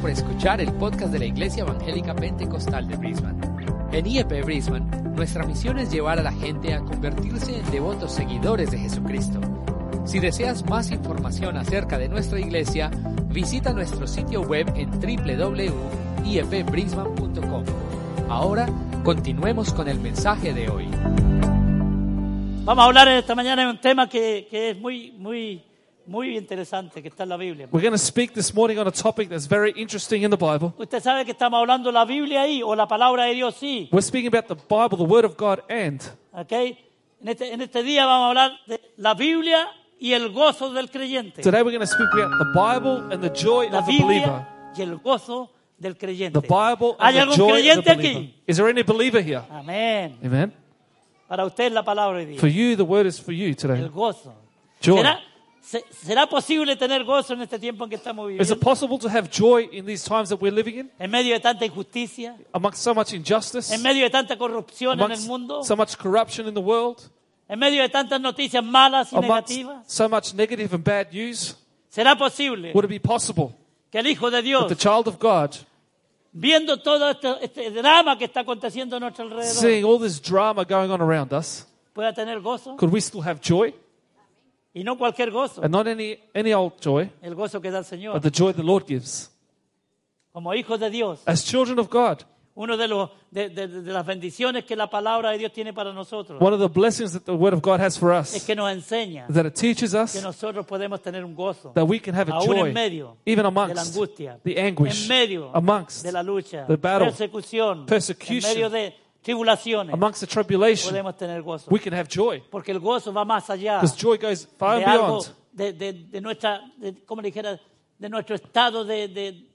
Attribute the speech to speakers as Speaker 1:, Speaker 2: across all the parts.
Speaker 1: por escuchar el podcast de la Iglesia Evangélica Pentecostal de Brisbane. En IEP Brisbane, nuestra misión es llevar a la gente a convertirse en devotos seguidores de Jesucristo. Si deseas más información acerca de nuestra iglesia, visita nuestro sitio web en E www.iepbrisbane.com. Ahora, continuemos con el mensaje de hoy.
Speaker 2: Vamos a hablar esta mañana de un tema que, que es muy, muy, muy interesante, que está en la Biblia.
Speaker 3: We're going to speak this morning on a topic that's very interesting in the Bible.
Speaker 2: Usted sabe que estamos hablando la Biblia ahí, o la palabra de Dios sí.
Speaker 3: We're speaking about the Bible, the Word of God, and
Speaker 2: ¿ok? En, este, en este día vamos a hablar de la Biblia y el gozo del creyente.
Speaker 3: today we're going to speak about the Bible and the joy
Speaker 2: La
Speaker 3: of the believer.
Speaker 2: Biblia y el gozo del creyente.
Speaker 3: The Bible
Speaker 2: ¿Hay
Speaker 3: and the
Speaker 2: algún
Speaker 3: joy of
Speaker 2: creyente
Speaker 3: the believer.
Speaker 2: aquí?
Speaker 3: Is there any believer here?
Speaker 2: Amén.
Speaker 3: Amen.
Speaker 2: Para usted es la palabra de Dios.
Speaker 3: For you, the Word is for you today.
Speaker 2: El gozo.
Speaker 3: Joy.
Speaker 2: ¿Será, se- ¿Será posible tener gozo en este tiempo en que estamos
Speaker 3: Is
Speaker 2: viviendo?
Speaker 3: it possible to have joy in these times that we're living in,
Speaker 2: En medio de tanta injusticia,
Speaker 3: amongst so much injustice,
Speaker 2: en medio de tanta corrupción en el
Speaker 3: amongst
Speaker 2: mundo,
Speaker 3: so much corruption in the world,
Speaker 2: en medio de tantas noticias malas y
Speaker 3: amongst
Speaker 2: negativas?
Speaker 3: so much negative and bad news?
Speaker 2: ¿Será posible
Speaker 3: Would it be possible
Speaker 2: que el Hijo de
Speaker 3: that
Speaker 2: Dios,
Speaker 3: the child of God,
Speaker 2: viendo todo este, este drama que está aconteciendo a nuestro alrededor,
Speaker 3: seeing all this drama going on around us,
Speaker 2: pueda tener gozo?
Speaker 3: could we still have joy?
Speaker 2: Y no cualquier gozo,
Speaker 3: And not any, any old joy,
Speaker 2: el gozo que da el Señor.
Speaker 3: but the joy the Lord gives.
Speaker 2: Como hijos de Dios,
Speaker 3: As children of God,
Speaker 2: uno de, los, de, de- de las bendiciones que la palabra de Dios tiene para nosotros
Speaker 3: one of the blessings that the Word of God has for
Speaker 2: es
Speaker 3: us
Speaker 2: que nos enseña
Speaker 3: is that it teaches
Speaker 2: que
Speaker 3: us
Speaker 2: nosotros podemos tener un gozo
Speaker 3: that we can have a
Speaker 2: aún en
Speaker 3: joy
Speaker 2: medio
Speaker 3: even
Speaker 2: de la
Speaker 3: amongst
Speaker 2: angustia,
Speaker 3: the anguish,
Speaker 2: en medio
Speaker 3: amongst,
Speaker 2: de la lucha,
Speaker 3: the battle,
Speaker 2: persecución, en
Speaker 3: persecution,
Speaker 2: medio de tribulaciones,
Speaker 3: amongst the tribulation.
Speaker 2: podemos tener gozo.
Speaker 3: We can have joy
Speaker 2: Porque el gozo va más allá
Speaker 3: because joy goes far
Speaker 2: de
Speaker 3: and
Speaker 2: algo,
Speaker 3: beyond
Speaker 2: de, de- de nuestra, de, ¿cómo le dijera? De nuestro estado de, de-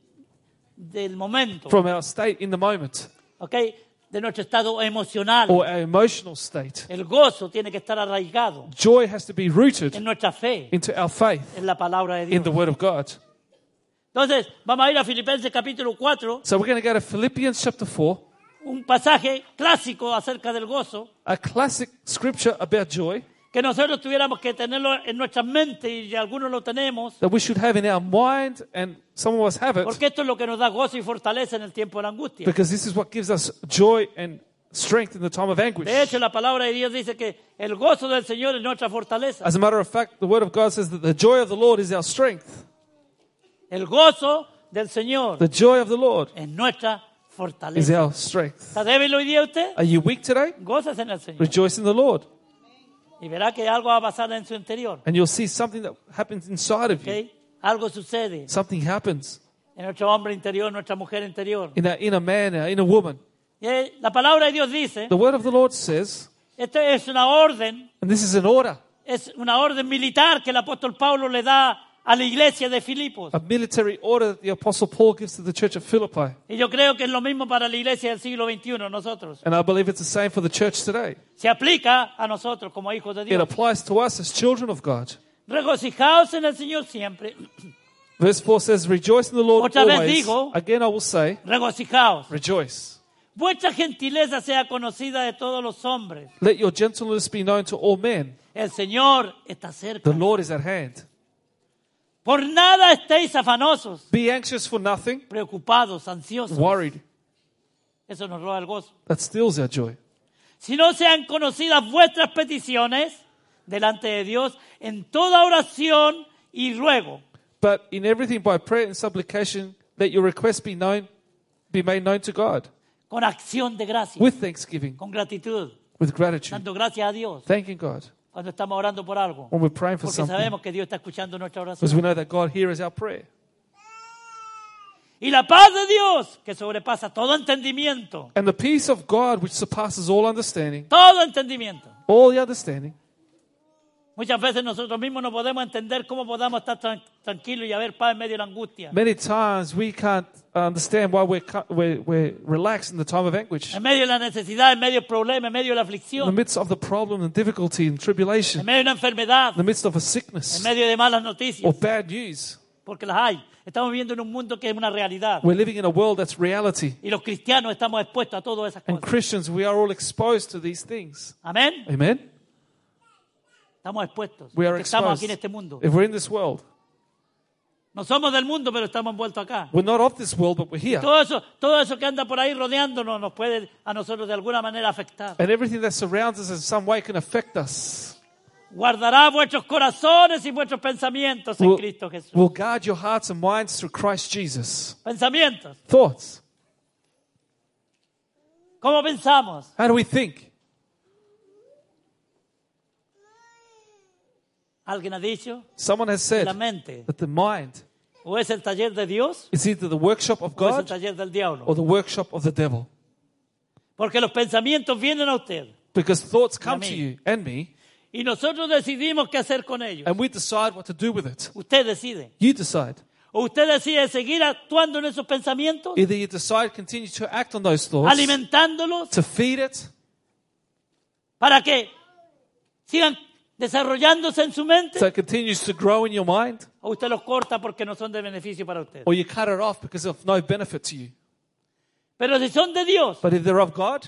Speaker 2: del momento,
Speaker 3: from our state in the moment
Speaker 2: ¿ok? De nuestro estado emocional.
Speaker 3: or our emotional state.
Speaker 2: El gozo tiene que estar arraigado
Speaker 3: Joy has to be
Speaker 2: en
Speaker 3: rooted
Speaker 2: nuestra fe,
Speaker 3: into our faith
Speaker 2: en la palabra de
Speaker 3: in
Speaker 2: Dios.
Speaker 3: the Word of God.
Speaker 2: Entonces, vamos a ir a Filipenses capítulo 4,
Speaker 3: So we're going to go to Philippians chapter 4,
Speaker 2: un pasaje clásico acerca del gozo,
Speaker 3: a classic scripture about joy.
Speaker 2: que nosotros tuviéramos que tenerlo en nuestra mente y algunos lo tenemos,
Speaker 3: that we should have in our mind, and some of us have it,
Speaker 2: porque esto es lo que nos da gozo y fortaleza en el tiempo de la angustia.
Speaker 3: because this is what gives us joy and strength in the time of anguish.
Speaker 2: De hecho, la palabra de Dios dice que el gozo del Señor es nuestra fortaleza.
Speaker 3: As a matter of fact, the Word of God says that the joy of the Lord is our strength.
Speaker 2: El gozo del Señor
Speaker 3: The joy of the Lord
Speaker 2: es nuestra
Speaker 3: is
Speaker 2: fortaleza.
Speaker 3: our strength.
Speaker 2: ¿Está débil hoy día usted?
Speaker 3: Are you weak today?
Speaker 2: Gozas en el Señor.
Speaker 3: Rejoice in the Lord,
Speaker 2: Y verá que algo va a pasar en su interior.
Speaker 3: and you'll see something that happens inside of
Speaker 2: ¿ok?
Speaker 3: you.
Speaker 2: Algo sucede
Speaker 3: Something happens
Speaker 2: en nuestro hombre interior, nuestra mujer interior.
Speaker 3: in our inner man, our inner woman.
Speaker 2: Y, eh, La palabra de Dios dice,
Speaker 3: The Word of the Lord says,
Speaker 2: esto es una orden,
Speaker 3: and this is an order,
Speaker 2: es una orden militar que el apóstol Pablo le da a la iglesia de Filipos.
Speaker 3: a military order that the Apostle Paul gives to the church of Philippi.
Speaker 2: Y yo creo que es lo mismo para la iglesia del siglo XXI, nosotros.
Speaker 3: And I believe it's the same for the church today.
Speaker 2: Se aplica a nosotros como hijos de
Speaker 3: It
Speaker 2: Dios.
Speaker 3: applies to us as children of God.
Speaker 2: Regocijaos en el Señor siempre.
Speaker 3: Verse 4 says, Rejoice in the Lord
Speaker 2: Otra vez
Speaker 3: always.
Speaker 2: digo-
Speaker 3: Again, I will say,
Speaker 2: Regocijaos.
Speaker 3: Rejoice.
Speaker 2: Vuestra gentileza sea conocida de todos los hombres.
Speaker 3: Let your gentleness be known to all men.
Speaker 2: El Señor está cerca.
Speaker 3: The Lord is at hand.
Speaker 2: Por nada estéis afanosos,
Speaker 3: Be anxious for nothing,
Speaker 2: preocupados, ansiosos.
Speaker 3: worried.
Speaker 2: Eso nos roba el gozo.
Speaker 3: That steals our joy.
Speaker 2: Si no sean conocidas vuestras peticiones delante de Dios en toda oración y ruego.
Speaker 3: But in everything by prayer and supplication, let your requests be known, be made known to God
Speaker 2: con acción de gracias,
Speaker 3: with thanksgiving,
Speaker 2: con gratitud,
Speaker 3: with gratitude,
Speaker 2: dando gracias a Dios
Speaker 3: thanking God
Speaker 2: cuando estamos orando por algo,
Speaker 3: when we're praying for
Speaker 2: porque
Speaker 3: something, Pues
Speaker 2: sabemos que Dios está escuchando nuestra
Speaker 3: because we
Speaker 2: oración.
Speaker 3: know that God hears our prayer.
Speaker 2: Y la paz de Dios, que sobrepasa todo entendimiento,
Speaker 3: And the peace of God, which surpasses all understanding,
Speaker 2: todo entendimiento.
Speaker 3: all the understanding,
Speaker 2: Muchas veces nosotros mismos no podemos entender cómo podamos estar tran- tranquilos y haber paz en medio de la angustia,
Speaker 3: Many times we can't understand why we're, cu- we're, we're relaxed in the time of anguish,
Speaker 2: en medio de la necesidad, en medio del problema, en medio de la
Speaker 3: in the
Speaker 2: aflicción,
Speaker 3: midst of the problem and difficulty and
Speaker 2: en
Speaker 3: tribulation, in
Speaker 2: medio de una enfermedad,
Speaker 3: the midst of a
Speaker 2: en
Speaker 3: sickness
Speaker 2: medio de malas
Speaker 3: or
Speaker 2: noticias,
Speaker 3: bad news.
Speaker 2: porque las hay. Estamos viviendo en un mundo que es una realidad
Speaker 3: We're living in a world that's reality.
Speaker 2: y los cristianos estamos expuestos a todas esas
Speaker 3: And
Speaker 2: cosas.
Speaker 3: Christians, we are all exposed to these things.
Speaker 2: Amén.
Speaker 3: Amen?
Speaker 2: Estamos expuestos.
Speaker 3: We are
Speaker 2: porque Estamos
Speaker 3: exposed.
Speaker 2: aquí en este mundo.
Speaker 3: If we're in this world,
Speaker 2: No somos del mundo, pero estamos envueltos acá.
Speaker 3: We're not of this world, but we're here.
Speaker 2: Todo eso, todo eso que anda por ahí rodeándonos nos puede a nosotros de alguna manera afectar.
Speaker 3: And everything that surrounds us in some way can affect us.
Speaker 2: Guardará vuestros corazones y vuestros pensamientos en
Speaker 3: Will,
Speaker 2: Cristo Jesús.
Speaker 3: will guard your hearts and minds through Christ Jesus.
Speaker 2: Pensamientos.
Speaker 3: Thoughts.
Speaker 2: ¿Cómo pensamos?
Speaker 3: How do we think?
Speaker 2: Alguien ha dicho,
Speaker 3: Someone has
Speaker 2: la
Speaker 3: said
Speaker 2: mente
Speaker 3: that the mind
Speaker 2: o es el taller de Dios
Speaker 3: is either the workshop of
Speaker 2: o es el
Speaker 3: God
Speaker 2: taller del diablo.
Speaker 3: or the workshop of the devil.
Speaker 2: Porque los pensamientos vienen a usted
Speaker 3: Because thoughts come
Speaker 2: And
Speaker 3: to
Speaker 2: me.
Speaker 3: you and me,
Speaker 2: y nosotros decidimos qué hacer con ellos.
Speaker 3: and we decide what to do with it.
Speaker 2: Usted decide.
Speaker 3: You decide.
Speaker 2: O usted decide seguir actuando en esos pensamientos,
Speaker 3: Either you decide to continue to act on those thoughts,
Speaker 2: alimentándolos
Speaker 3: to feed it,
Speaker 2: para que sigan desarrollándose en su mente,
Speaker 3: so it continues to grow in your mind,
Speaker 2: o usted los corta porque no son de beneficio para usted.
Speaker 3: or you cut it off because of no benefit to you.
Speaker 2: Pero si son de Dios,
Speaker 3: But if they're of God,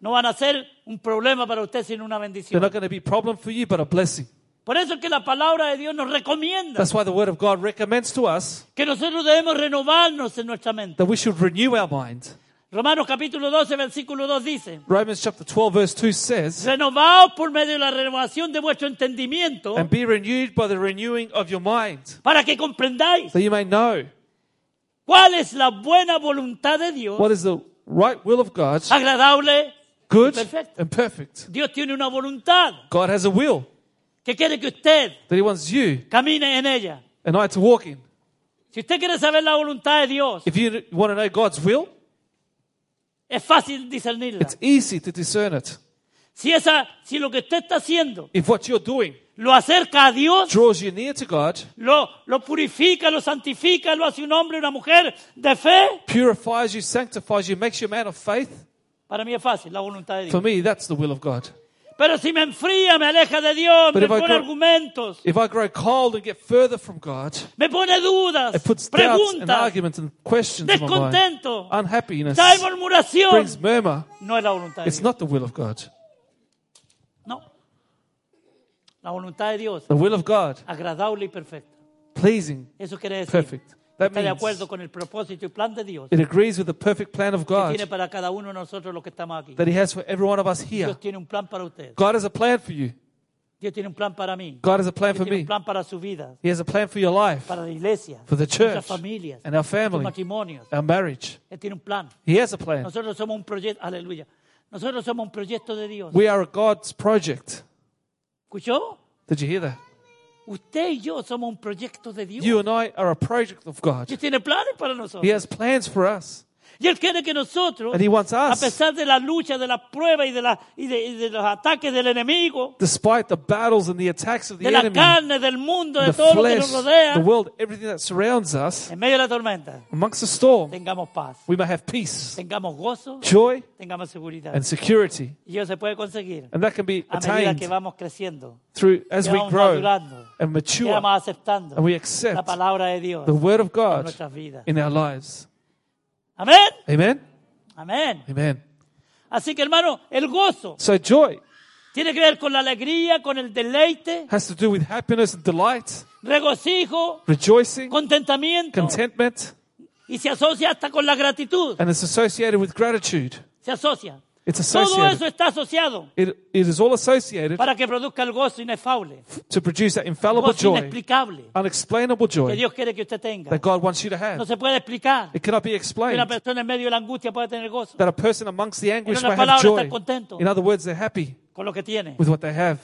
Speaker 2: no van a ser un problema para usted sino una
Speaker 3: they're
Speaker 2: bendición.
Speaker 3: not going to be a problem for you, but a blessing.
Speaker 2: Por eso es que la palabra de Dios nos recomienda
Speaker 3: That's why the Word of God recommends to us
Speaker 2: que nosotros debemos renovarnos en nuestra mente.
Speaker 3: that we should renew our mind.
Speaker 2: Romanos capítulo 12, versículo 2 dice,
Speaker 3: Romans chapter 12, verse 2 says,
Speaker 2: renovaos por medio de la renovación de vuestro entendimiento
Speaker 3: And be renewed by the renewing of your mind,
Speaker 2: para que comprendáis
Speaker 3: so you may know
Speaker 2: cuál es la buena voluntad de Dios,
Speaker 3: what is the right will of God,
Speaker 2: agradable
Speaker 3: good
Speaker 2: Perfect.
Speaker 3: and perfect.
Speaker 2: Dios tiene una voluntad
Speaker 3: God has a will
Speaker 2: que quiere que usted
Speaker 3: that He wants you
Speaker 2: camine en ella.
Speaker 3: and I to walk in.
Speaker 2: Si usted quiere saber la voluntad de Dios,
Speaker 3: If you want to know God's will,
Speaker 2: es fácil discernirla.
Speaker 3: it's easy to discern it.
Speaker 2: Si, esa, si lo que usted está haciendo
Speaker 3: If what you're doing
Speaker 2: lo acerca a Dios,
Speaker 3: draws you near to God,
Speaker 2: lo, lo purifica, lo santifica, lo hace un hombre, una mujer de fe,
Speaker 3: purifies you, sanctifies you, makes you a man of faith,
Speaker 2: para mí es fácil, la voluntad de
Speaker 3: for
Speaker 2: Dios.
Speaker 3: me, that's the will of God.
Speaker 2: Pero si me enfría, me aleja de Dios,
Speaker 3: But
Speaker 2: me
Speaker 3: if I
Speaker 2: pone
Speaker 3: grow-
Speaker 2: argumentos,
Speaker 3: If I grow cold and get further from God,
Speaker 2: me pone dudas,
Speaker 3: it puts doubts and
Speaker 2: preguntas,
Speaker 3: arguments and questions in my mind.
Speaker 2: descontento,
Speaker 3: Unhappiness
Speaker 2: trae murmuración,
Speaker 3: brings murmur.
Speaker 2: no es la voluntad de
Speaker 3: It's
Speaker 2: Dios.
Speaker 3: not the will of God.
Speaker 2: No. La voluntad de Dios,
Speaker 3: The will of God,
Speaker 2: agradable y perfecta.
Speaker 3: pleasing,
Speaker 2: Eso quiere decir
Speaker 3: perfect.
Speaker 2: que
Speaker 3: That
Speaker 2: está de
Speaker 3: means
Speaker 2: acuerdo con el propósito y plan de Dios
Speaker 3: it agrees with the perfect plan of
Speaker 2: que tiene
Speaker 3: God
Speaker 2: para cada uno de nosotros los que estamos aquí.
Speaker 3: that He has for every one of us here.
Speaker 2: Dios tiene un plan para usted.
Speaker 3: God has a plan for you.
Speaker 2: Dios tiene un plan para mí.
Speaker 3: God has a plan
Speaker 2: Dios
Speaker 3: for
Speaker 2: tiene
Speaker 3: me.
Speaker 2: un plan para su vida,
Speaker 3: He has a plan for your life,
Speaker 2: para la iglesia,
Speaker 3: for the
Speaker 2: nuestras
Speaker 3: church,
Speaker 2: familias,
Speaker 3: and our
Speaker 2: nuestros
Speaker 3: family,
Speaker 2: matrimonios.
Speaker 3: our marriage.
Speaker 2: Él tiene un plan.
Speaker 3: He has a plan.
Speaker 2: Nosotros somos un proyecto, aleluya. Nosotros somos un proyecto de Dios.
Speaker 3: We are God's project.
Speaker 2: ¿Escuchó?
Speaker 3: Did you hear that?
Speaker 2: Usted y yo somos un proyecto de Dios.
Speaker 3: You and I are a project of God.
Speaker 2: Dios tiene planes para
Speaker 3: He
Speaker 2: nosotros.
Speaker 3: has plans for us.
Speaker 2: Y Él quiere que nosotros,
Speaker 3: And He wants
Speaker 2: a
Speaker 3: us,
Speaker 2: pesar de la lucha, de las pruebas y de, la- y de- y de los ataques del enemigo,
Speaker 3: despite the battles and the attacks of the
Speaker 2: de la
Speaker 3: enemy,
Speaker 2: carne, del mundo, de
Speaker 3: the
Speaker 2: todo lo que nos
Speaker 3: flesh,
Speaker 2: rodea,
Speaker 3: the world, everything that surrounds us,
Speaker 2: en medio de la tormenta,
Speaker 3: amongst the storm,
Speaker 2: tengamos paz,
Speaker 3: we may have peace,
Speaker 2: tengamos gozo,
Speaker 3: joy,
Speaker 2: tengamos seguridad.
Speaker 3: and security.
Speaker 2: Y eso se puede conseguir
Speaker 3: And that can be
Speaker 2: a medida que
Speaker 3: attained
Speaker 2: vamos creciendo,
Speaker 3: through as
Speaker 2: que
Speaker 3: we
Speaker 2: vamos
Speaker 3: grow
Speaker 2: madurando,
Speaker 3: and
Speaker 2: que
Speaker 3: mature
Speaker 2: vamos aceptando
Speaker 3: and we accept
Speaker 2: la palabra de Dios
Speaker 3: the Word of
Speaker 2: en
Speaker 3: God
Speaker 2: nuestras vidas.
Speaker 3: in our lives.
Speaker 2: Amén,
Speaker 3: Amen?
Speaker 2: amén.
Speaker 3: Amen.
Speaker 2: Así que hermano, el gozo
Speaker 3: So joy
Speaker 2: tiene que ver con la alegría, con el deleite,
Speaker 3: has to do with happiness and delight,
Speaker 2: regocijo,
Speaker 3: rejoicing,
Speaker 2: contentamiento.
Speaker 3: contentment,
Speaker 2: Y se asocia hasta con la gratitud.
Speaker 3: and it's associated with gratitude.
Speaker 2: Se asocia.
Speaker 3: It's
Speaker 2: Todo
Speaker 3: associated.
Speaker 2: eso está asociado
Speaker 3: It, it is all associated
Speaker 2: para que produzca el gozo inefable,
Speaker 3: to produce that infallible
Speaker 2: gozo
Speaker 3: joy,
Speaker 2: inexplicable
Speaker 3: unexplainable
Speaker 2: que
Speaker 3: joy
Speaker 2: Dios quiere que usted tenga.
Speaker 3: that God wants you to
Speaker 2: No
Speaker 3: have.
Speaker 2: se puede explicar
Speaker 3: It cannot be
Speaker 2: que una
Speaker 3: explained
Speaker 2: persona en medio de la angustia pueda tener gozo
Speaker 3: that a person amongst the anguish
Speaker 2: En otras
Speaker 3: may have
Speaker 2: palabras,
Speaker 3: joy.
Speaker 2: están contentos.
Speaker 3: In other words, they're happy
Speaker 2: con lo que tiene.
Speaker 3: with what they have.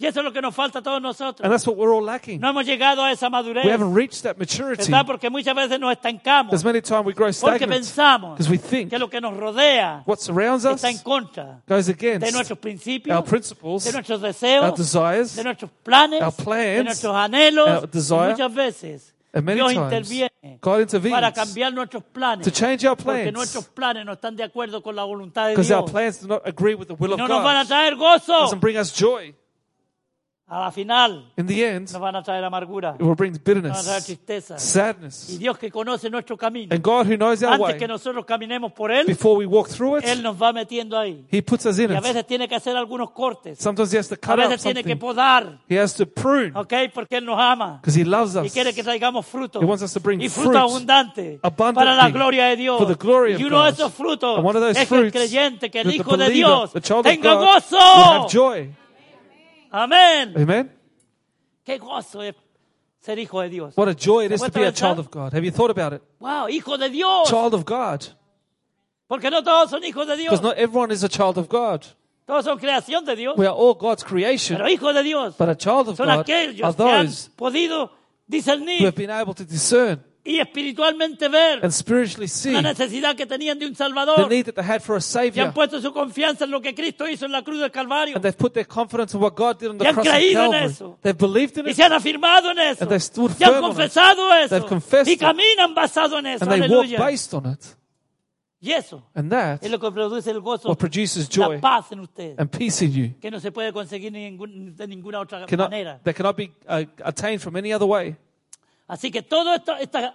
Speaker 2: Y eso es lo que nos falta a todos nosotros.
Speaker 3: And that's what we're all lacking.
Speaker 2: No hemos llegado a esa madurez,
Speaker 3: We haven't reached that maturity.
Speaker 2: ¿verdad? Porque muchas veces nos estancamos
Speaker 3: There's many times we
Speaker 2: porque
Speaker 3: grow stagnant
Speaker 2: pensamos
Speaker 3: because we think
Speaker 2: que lo que nos rodea
Speaker 3: what surrounds us
Speaker 2: está en contra
Speaker 3: goes
Speaker 2: de
Speaker 3: against
Speaker 2: nuestros principios,
Speaker 3: our principles,
Speaker 2: de nuestros
Speaker 3: our
Speaker 2: deseos,
Speaker 3: desires,
Speaker 2: de nuestros planes,
Speaker 3: our plans,
Speaker 2: de nuestros anhelos.
Speaker 3: our desire.
Speaker 2: Y muchas veces
Speaker 3: and many
Speaker 2: Dios
Speaker 3: times
Speaker 2: interviene
Speaker 3: God
Speaker 2: para
Speaker 3: intervenes
Speaker 2: cambiar nuestros planes.
Speaker 3: to change our
Speaker 2: Porque
Speaker 3: plans
Speaker 2: nuestros planes no están de acuerdo con la voluntad de
Speaker 3: because
Speaker 2: Dios.
Speaker 3: our plans do not agree with the will of
Speaker 2: no nos van a
Speaker 3: God.
Speaker 2: traer
Speaker 3: doesn't
Speaker 2: gozo.
Speaker 3: bring us joy.
Speaker 2: A la final
Speaker 3: In the end,
Speaker 2: nos van a traer amargura,
Speaker 3: it will bring
Speaker 2: nos van a traer
Speaker 3: bitterness,
Speaker 2: tristeza. Y
Speaker 3: sadness.
Speaker 2: Dios que conoce nuestro camino,
Speaker 3: And God, who knows our
Speaker 2: antes
Speaker 3: way,
Speaker 2: que nosotros caminemos por Él,
Speaker 3: before we walk through
Speaker 2: Él
Speaker 3: it,
Speaker 2: nos va metiendo ahí.
Speaker 3: He puts us in
Speaker 2: Y a
Speaker 3: it.
Speaker 2: veces tiene que hacer algunos cortes,
Speaker 3: Sometimes He has to
Speaker 2: a
Speaker 3: cut out
Speaker 2: veces tiene que
Speaker 3: something.
Speaker 2: podar,
Speaker 3: He has to prune
Speaker 2: ¿ok? Porque Él nos ama.
Speaker 3: because He loves
Speaker 2: Y
Speaker 3: us.
Speaker 2: quiere que traigamos frutos.
Speaker 3: He wants us to bring
Speaker 2: y
Speaker 3: fruit
Speaker 2: fruto abundante
Speaker 3: abundantly
Speaker 2: para la gloria de Dios.
Speaker 3: for the glory of
Speaker 2: y uno de
Speaker 3: God.
Speaker 2: esos frutos
Speaker 3: And one of those
Speaker 2: es que el
Speaker 3: fruits
Speaker 2: creyente, que el
Speaker 3: that
Speaker 2: Hijo de
Speaker 3: believer,
Speaker 2: Dios
Speaker 3: the child of
Speaker 2: tenga
Speaker 3: God, will have
Speaker 2: gozo.
Speaker 3: joy.
Speaker 2: Amén.
Speaker 3: Amen.
Speaker 2: Qué gozo es ser hijo de Dios.
Speaker 3: What a joy it
Speaker 2: ¿Se
Speaker 3: is to
Speaker 2: puede
Speaker 3: be a
Speaker 2: pensar?
Speaker 3: child of God. Have you thought about it?
Speaker 2: Wow, hijo de Dios.
Speaker 3: Child of God.
Speaker 2: Porque no todos son hijos de Dios.
Speaker 3: Because not everyone is a child of God.
Speaker 2: todos son creación de Dios.
Speaker 3: We are all God's creation,
Speaker 2: Pero hijos de Dios
Speaker 3: but a child of
Speaker 2: son
Speaker 3: God are
Speaker 2: aquellos que han
Speaker 3: those
Speaker 2: podido
Speaker 3: who have
Speaker 2: discernir
Speaker 3: been able to discern
Speaker 2: y espiritualmente ver
Speaker 3: and spiritually see
Speaker 2: la
Speaker 3: the
Speaker 2: necesidad que tenían de un Salvador.
Speaker 3: need that they had for
Speaker 2: Y
Speaker 3: a
Speaker 2: han
Speaker 3: Savior.
Speaker 2: puesto su confianza en lo que Cristo hizo en la cruz del Calvario.
Speaker 3: And they've put their confidence in what God did on
Speaker 2: Y
Speaker 3: the
Speaker 2: han
Speaker 3: cross of
Speaker 2: creído en
Speaker 3: Calvary.
Speaker 2: eso.
Speaker 3: They've believed in
Speaker 2: Y
Speaker 3: it
Speaker 2: se han afirmado en eso.
Speaker 3: And they stood
Speaker 2: Y han
Speaker 3: firm on it.
Speaker 2: confesado eso.
Speaker 3: They've confessed
Speaker 2: Y
Speaker 3: it.
Speaker 2: caminan basado en eso.
Speaker 3: and they walk
Speaker 2: Aleluya.
Speaker 3: based on it.
Speaker 2: Y eso
Speaker 3: And that
Speaker 2: es lo que produce el gozo,
Speaker 3: what produces
Speaker 2: la
Speaker 3: joy
Speaker 2: paz en usted,
Speaker 3: and peace in you.
Speaker 2: que no se puede conseguir ningún- de ninguna otra
Speaker 3: Cannot,
Speaker 2: manera.
Speaker 3: that cannot be uh, attained from any other way.
Speaker 2: Así que todas esto- estas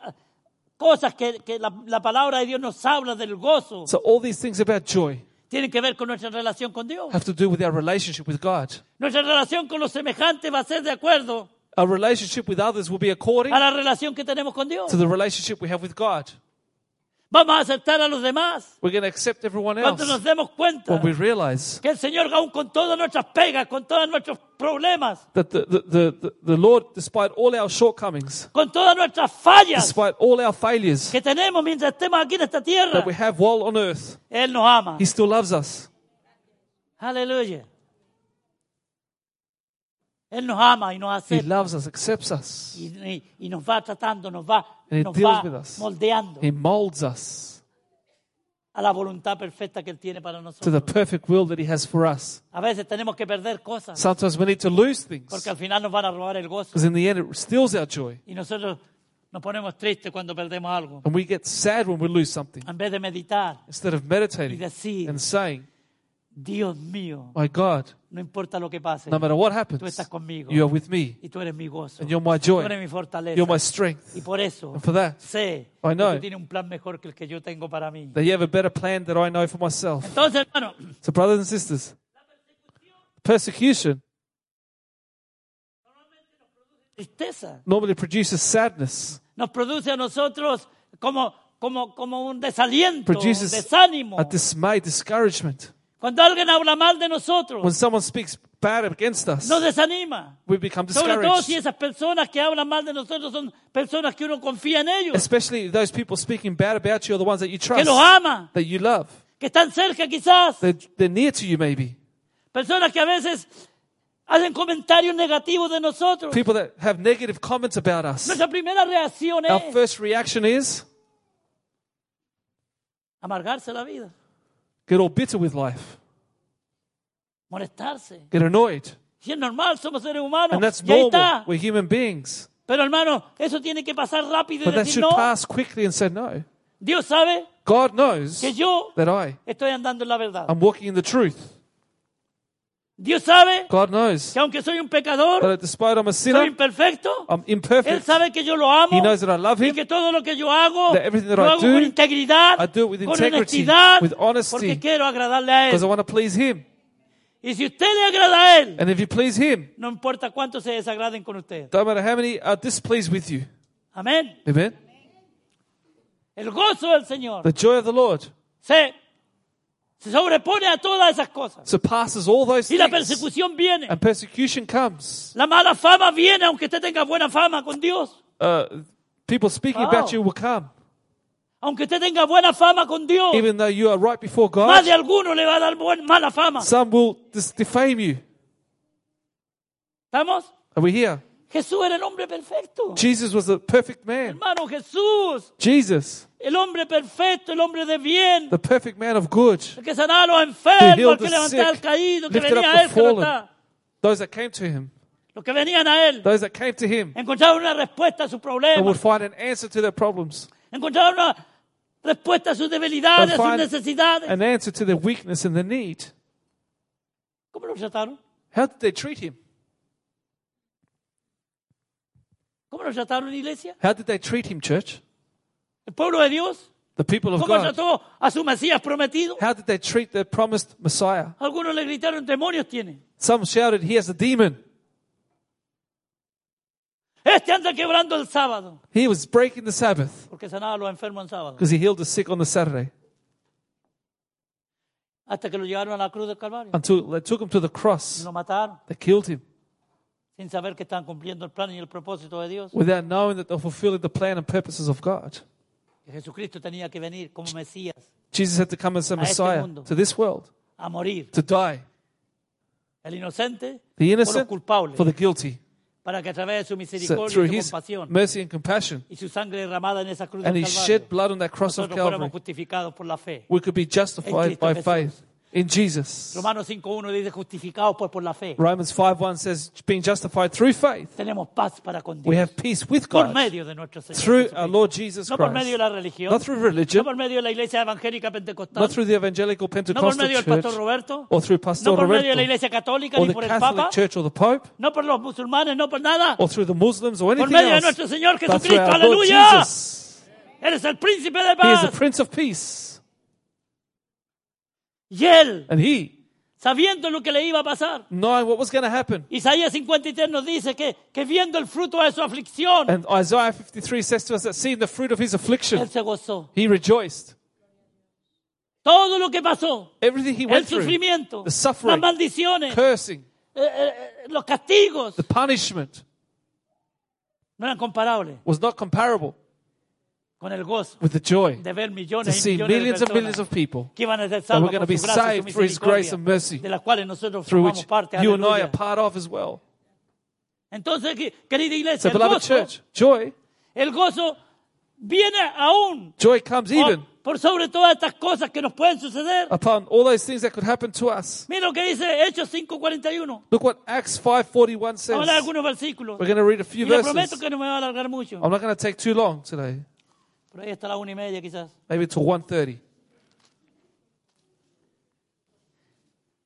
Speaker 2: cosas que, que la, la palabra de Dios nos habla del gozo
Speaker 3: So all these things about joy
Speaker 2: tienen que ver con nuestra relación con Dios.
Speaker 3: have to do with our relationship with God.
Speaker 2: Nuestra relación con los semejantes va a ser de acuerdo
Speaker 3: Our relationship with others will be according
Speaker 2: a la relación que tenemos con Dios.
Speaker 3: to the relationship we have with God.
Speaker 2: Vamos a aceptar a los demás
Speaker 3: We're going to accept everyone
Speaker 2: cuando
Speaker 3: else
Speaker 2: nos demos cuenta
Speaker 3: when we realize
Speaker 2: que el Señor, aún con todas nuestras pegas, con todos nuestros problemas,
Speaker 3: that the, the, the, the- the Lord, despite all our shortcomings,
Speaker 2: con todas nuestras fallas
Speaker 3: despite all our failures
Speaker 2: que tenemos mientras estemos aquí en esta tierra,
Speaker 3: that we have while on earth,
Speaker 2: Él nos ama.
Speaker 3: He still loves us.
Speaker 2: Aleluya. Él nos ama y nos
Speaker 3: He
Speaker 2: acepta
Speaker 3: loves us, accepts us,
Speaker 2: y, y- y nos va tratando, nos va,
Speaker 3: And He
Speaker 2: nos
Speaker 3: deals
Speaker 2: va
Speaker 3: with us.
Speaker 2: moldeando
Speaker 3: He molds us
Speaker 2: a la voluntad perfecta que Él tiene para
Speaker 3: to the
Speaker 2: nosotros.
Speaker 3: perfect will that He has for us.
Speaker 2: A veces tenemos que perder cosas
Speaker 3: Sometimes we need to lose things
Speaker 2: porque al final nos van a robar el gozo
Speaker 3: because in the end it steals our joy
Speaker 2: y nosotros nos ponemos tristes cuando perdemos algo.
Speaker 3: and we get sad when we lose something
Speaker 2: En vez de meditar
Speaker 3: instead of
Speaker 2: y
Speaker 3: meditating
Speaker 2: decir,
Speaker 3: and saying,
Speaker 2: Dios mío,
Speaker 3: My God,
Speaker 2: no importa lo que pase,
Speaker 3: no matter what
Speaker 2: tú
Speaker 3: happens,
Speaker 2: estás conmigo
Speaker 3: you are with me
Speaker 2: y tú eres mi gozo,
Speaker 3: and you're my
Speaker 2: tú
Speaker 3: joy.
Speaker 2: eres mi fortaleza.
Speaker 3: You're my
Speaker 2: Y
Speaker 3: strength.
Speaker 2: por eso
Speaker 3: And for that,
Speaker 2: sé
Speaker 3: I know.
Speaker 2: que tú tienes un plan mejor que el que yo tengo para mí.
Speaker 3: that you have a better plan that I know for myself.
Speaker 2: Entonces, hermano,
Speaker 3: So, brothers and sisters, persecution
Speaker 2: tristeza
Speaker 3: normally produces sadness,
Speaker 2: nos produce a nosotros como, como, como un desaliento, un
Speaker 3: produces
Speaker 2: desánimo.
Speaker 3: a dismay, discouragement.
Speaker 2: Cuando alguien habla mal de
Speaker 3: When
Speaker 2: nosotros,
Speaker 3: someone speaks bad against us,
Speaker 2: nos desanima.
Speaker 3: we become
Speaker 2: Sobre todo si
Speaker 3: discouraged.
Speaker 2: esas personas que hablan mal de nosotros son personas que uno confía en ellos,
Speaker 3: Especially those people speaking bad about you are the ones that you
Speaker 2: que
Speaker 3: trust,
Speaker 2: los ama,
Speaker 3: that you love.
Speaker 2: que están cerca quizás.
Speaker 3: They're, they're near to you, maybe.
Speaker 2: Personas que a veces hacen comentarios negativos de nosotros.
Speaker 3: People that have negative comments about us.
Speaker 2: Nuestra primera reacción
Speaker 3: Our
Speaker 2: es
Speaker 3: first reaction is
Speaker 2: amargarse la vida,
Speaker 3: get all bitter with life,
Speaker 2: molestarse.
Speaker 3: get annoyed.
Speaker 2: Y es normal, somos seres humanos.
Speaker 3: And that's
Speaker 2: Y ahí
Speaker 3: normal.
Speaker 2: está.
Speaker 3: We're human beings.
Speaker 2: Pero hermano, eso tiene que pasar rápido y
Speaker 3: But that
Speaker 2: decir
Speaker 3: should
Speaker 2: no.
Speaker 3: pass quickly and say, no.
Speaker 2: Dios sabe
Speaker 3: God knows
Speaker 2: que yo
Speaker 3: that I
Speaker 2: estoy andando en la verdad.
Speaker 3: am walking in the truth.
Speaker 2: Dios sabe
Speaker 3: God knows
Speaker 2: que aunque soy un
Speaker 3: that
Speaker 2: pecador,
Speaker 3: despite I'm a
Speaker 2: soy
Speaker 3: sinner,
Speaker 2: imperfecto,
Speaker 3: I'm
Speaker 2: Él
Speaker 3: imperfect.
Speaker 2: sabe que yo lo amo
Speaker 3: Oh, He knows that I love
Speaker 2: y
Speaker 3: Him.
Speaker 2: que todo lo que yo hago,
Speaker 3: That everything that
Speaker 2: lo
Speaker 3: I
Speaker 2: hago
Speaker 3: do,
Speaker 2: con integridad,
Speaker 3: I do it with
Speaker 2: con
Speaker 3: integrity,
Speaker 2: honestidad,
Speaker 3: with honesty,
Speaker 2: porque quiero agradarle a
Speaker 3: Because I
Speaker 2: Él.
Speaker 3: want to please Him.
Speaker 2: Y si usted le agrada a Él,
Speaker 3: And if you please Him,
Speaker 2: no importa cuánto se desagraden con usted.
Speaker 3: don't matter how many are displeased with you.
Speaker 2: Amén.
Speaker 3: Amen.
Speaker 2: El gozo del Señor
Speaker 3: The joy of the Lord
Speaker 2: se, se sobrepone a todas esas cosas.
Speaker 3: surpasses all those
Speaker 2: Y la
Speaker 3: things.
Speaker 2: persecución viene.
Speaker 3: And persecution comes.
Speaker 2: La mala fama viene, aunque usted tenga buena fama con Dios.
Speaker 3: Uh, people speaking
Speaker 2: Wow.
Speaker 3: about you will come.
Speaker 2: Aunque usted tenga buena fama con Dios,
Speaker 3: Even though you are right before
Speaker 2: más
Speaker 3: God,
Speaker 2: de alguno le va a dar buen- mala fama.
Speaker 3: some will dis- defame you.
Speaker 2: ¿Estamos?
Speaker 3: Are we here?
Speaker 2: Jesús era el hombre perfecto.
Speaker 3: Jesus was a perfect man.
Speaker 2: Hermano Jesús,
Speaker 3: Jesus,
Speaker 2: el hombre perfecto, el hombre de bien,
Speaker 3: the perfect man of good.
Speaker 2: el que sanaba a los
Speaker 3: He
Speaker 2: enfermos,
Speaker 3: healed
Speaker 2: el que
Speaker 3: the
Speaker 2: levantaba al
Speaker 3: sick,
Speaker 2: caído, que
Speaker 3: lifted
Speaker 2: venía
Speaker 3: up
Speaker 2: a
Speaker 3: the
Speaker 2: él, que no
Speaker 3: fallen.
Speaker 2: está.
Speaker 3: Those that came to him,
Speaker 2: Los que venían a él.
Speaker 3: those that came to him,
Speaker 2: Encontraron una respuesta a sus
Speaker 3: and
Speaker 2: problemas.
Speaker 3: would find an answer to their problems,
Speaker 2: Encontraron una respuesta a sus debilidades, a sus
Speaker 3: find-
Speaker 2: necesidades.
Speaker 3: an answer to their weakness and their need.
Speaker 2: ¿Cómo lo trataron?
Speaker 3: How did they treat him?
Speaker 2: ¿Cómo lo trataron, iglesia?
Speaker 3: How did they treat him, church?
Speaker 2: ¿El pueblo de Dios?
Speaker 3: The people of
Speaker 2: ¿Cómo
Speaker 3: God.
Speaker 2: trató a su Mesías prometido?
Speaker 3: How did they treat their promised Messiah?
Speaker 2: Algunos le gritaron, demonios tiene.
Speaker 3: Some shouted, He has a demon.
Speaker 2: Este anda quebrando el sábado.
Speaker 3: He was breaking the Sabbath
Speaker 2: Porque sanaba a los enfermos en sábado.
Speaker 3: because he healed the sick on the Saturday
Speaker 2: Hasta que lo llevaron a la cruz del Calvario.
Speaker 3: until they took him to the
Speaker 2: Y
Speaker 3: cross.
Speaker 2: lo mataron
Speaker 3: They killed him
Speaker 2: sin saber que estaban cumpliendo el plan y el propósito de Dios.
Speaker 3: without knowing that they're fulfilling the plan and purposes of God.
Speaker 2: Que Jesucristo tenía que venir como Mesías
Speaker 3: Jesus had to come as a
Speaker 2: este
Speaker 3: Messiah
Speaker 2: mundo.
Speaker 3: to this world
Speaker 2: a morir.
Speaker 3: to die
Speaker 2: El inocente
Speaker 3: the
Speaker 2: por los
Speaker 3: innocent
Speaker 2: culpables.
Speaker 3: for the guilty.
Speaker 2: para que a través de su
Speaker 3: So
Speaker 2: misericordia
Speaker 3: through
Speaker 2: y su
Speaker 3: his
Speaker 2: compasión
Speaker 3: mercy and compassion,
Speaker 2: y su sangre derramada en esa cruz
Speaker 3: and
Speaker 2: del
Speaker 3: he
Speaker 2: Calvario,
Speaker 3: shed blood on that cross of
Speaker 2: nosotros fuéramos
Speaker 3: Calvary,
Speaker 2: justificados por la fe.
Speaker 3: we could be justified
Speaker 2: En Cristo
Speaker 3: by
Speaker 2: Jesús.
Speaker 3: faith in Jesus.
Speaker 2: Romanos 5.1 dice, justificados pues por la fe.
Speaker 3: Romans 5.1 says, being justified through faith,
Speaker 2: Tenemos paz para con
Speaker 3: we
Speaker 2: Dios.
Speaker 3: have peace with
Speaker 2: Por
Speaker 3: God
Speaker 2: medio de nuestro Señor.
Speaker 3: through
Speaker 2: Jesucristo.
Speaker 3: our Lord Jesus
Speaker 2: no por medio de
Speaker 3: Christ.
Speaker 2: la religión.
Speaker 3: Not through
Speaker 2: no
Speaker 3: religion,
Speaker 2: por medio de la iglesia evangélica pentecostal.
Speaker 3: not through the evangelical
Speaker 2: no por
Speaker 3: Pentecostal
Speaker 2: medio del
Speaker 3: church,
Speaker 2: pastor Roberto.
Speaker 3: or through Pastor
Speaker 2: no por medio de la
Speaker 3: Roberto,
Speaker 2: iglesia católica
Speaker 3: or
Speaker 2: ni
Speaker 3: the
Speaker 2: por el
Speaker 3: Catholic
Speaker 2: Papa.
Speaker 3: church, or the Pope,
Speaker 2: No por los musulmanes, no por nada.
Speaker 3: or through the Muslims, or
Speaker 2: Por
Speaker 3: anything
Speaker 2: medio de
Speaker 3: else,
Speaker 2: nuestro Señor
Speaker 3: but through
Speaker 2: Jesucristo.
Speaker 3: our Lord
Speaker 2: Aleluya. Ah.
Speaker 3: Jesus.
Speaker 2: Eres el príncipe de
Speaker 3: He is the
Speaker 2: paz.
Speaker 3: Prince of Peace,
Speaker 2: Y él,
Speaker 3: and He,
Speaker 2: sabiendo lo que le iba a pasar,
Speaker 3: knowing what was going to happen,
Speaker 2: Isaías 53 nos dice que, que viendo el fruto de su aflicción,
Speaker 3: and Isaiah 53 says to us that seeing the fruit of His
Speaker 2: él
Speaker 3: affliction,
Speaker 2: se gozó.
Speaker 3: He rejoiced.
Speaker 2: Todo lo que pasó,
Speaker 3: Everything He
Speaker 2: el
Speaker 3: went through,
Speaker 2: sufrimiento,
Speaker 3: the
Speaker 2: las
Speaker 3: suffering,
Speaker 2: maldiciones, eh,
Speaker 3: cursing,
Speaker 2: eh, eh, los castigos,
Speaker 3: the punishment,
Speaker 2: no eran comparables
Speaker 3: was not comparable
Speaker 2: con el gozo
Speaker 3: with the joy
Speaker 2: de ver
Speaker 3: to
Speaker 2: millones y
Speaker 3: see
Speaker 2: millones de
Speaker 3: millions and millions
Speaker 2: personas
Speaker 3: of people
Speaker 2: que iban a ser
Speaker 3: that
Speaker 2: salvas
Speaker 3: we're gonna
Speaker 2: por
Speaker 3: be
Speaker 2: su gracia y su
Speaker 3: saved through His grace
Speaker 2: misericordia,
Speaker 3: and mercy,
Speaker 2: de las cuales nosotros
Speaker 3: through
Speaker 2: formamos
Speaker 3: which
Speaker 2: parte.
Speaker 3: you and I
Speaker 2: aleluya.
Speaker 3: are part of as well.
Speaker 2: Entonces, que- querida iglesia,
Speaker 3: So,
Speaker 2: el
Speaker 3: beloved
Speaker 2: gozo,
Speaker 3: church, joy,
Speaker 2: el gozo viene aún
Speaker 3: joy comes even
Speaker 2: por- por sobre todas estas cosas que nos pueden suceder.
Speaker 3: upon all those things that could happen to us.
Speaker 2: Mira lo que dice Hechos 5:41.
Speaker 3: Look what Acts 5.41
Speaker 2: Vamos a leer
Speaker 3: says.
Speaker 2: algunos versículos.
Speaker 3: We're going to read a
Speaker 2: Y
Speaker 3: few
Speaker 2: le prometo
Speaker 3: verses.
Speaker 2: que no me va a alargar mucho.
Speaker 3: I'm not going to take too long today,
Speaker 2: Por ahí hasta la una y media quizás.
Speaker 3: maybe till 1.30.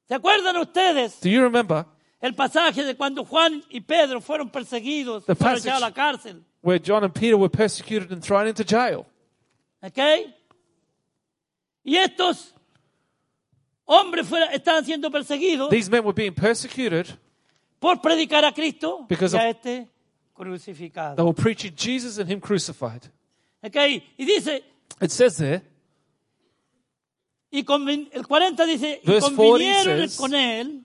Speaker 2: ¿Se acuerdan ustedes
Speaker 3: Do you remember
Speaker 2: el pasaje de cuando Juan y Pedro fueron perseguidos,
Speaker 3: The
Speaker 2: fueron
Speaker 3: passage.
Speaker 2: echados a la cárcel?
Speaker 3: where John and Peter were persecuted and thrown into jail?
Speaker 2: ¿Ok? Y estos hombres fueron, estaban siendo perseguidos
Speaker 3: These men were being persecuted.
Speaker 2: por predicar a Cristo
Speaker 3: Because
Speaker 2: y
Speaker 3: of-
Speaker 2: a este
Speaker 3: They
Speaker 2: crucificado.
Speaker 3: were preaching Jesus and Him crucified.
Speaker 2: ¿Ok? Y dice,
Speaker 3: It says there,
Speaker 2: y convin- el 40 dice, y
Speaker 3: Verse 40
Speaker 2: convinieron
Speaker 3: says-
Speaker 2: con él,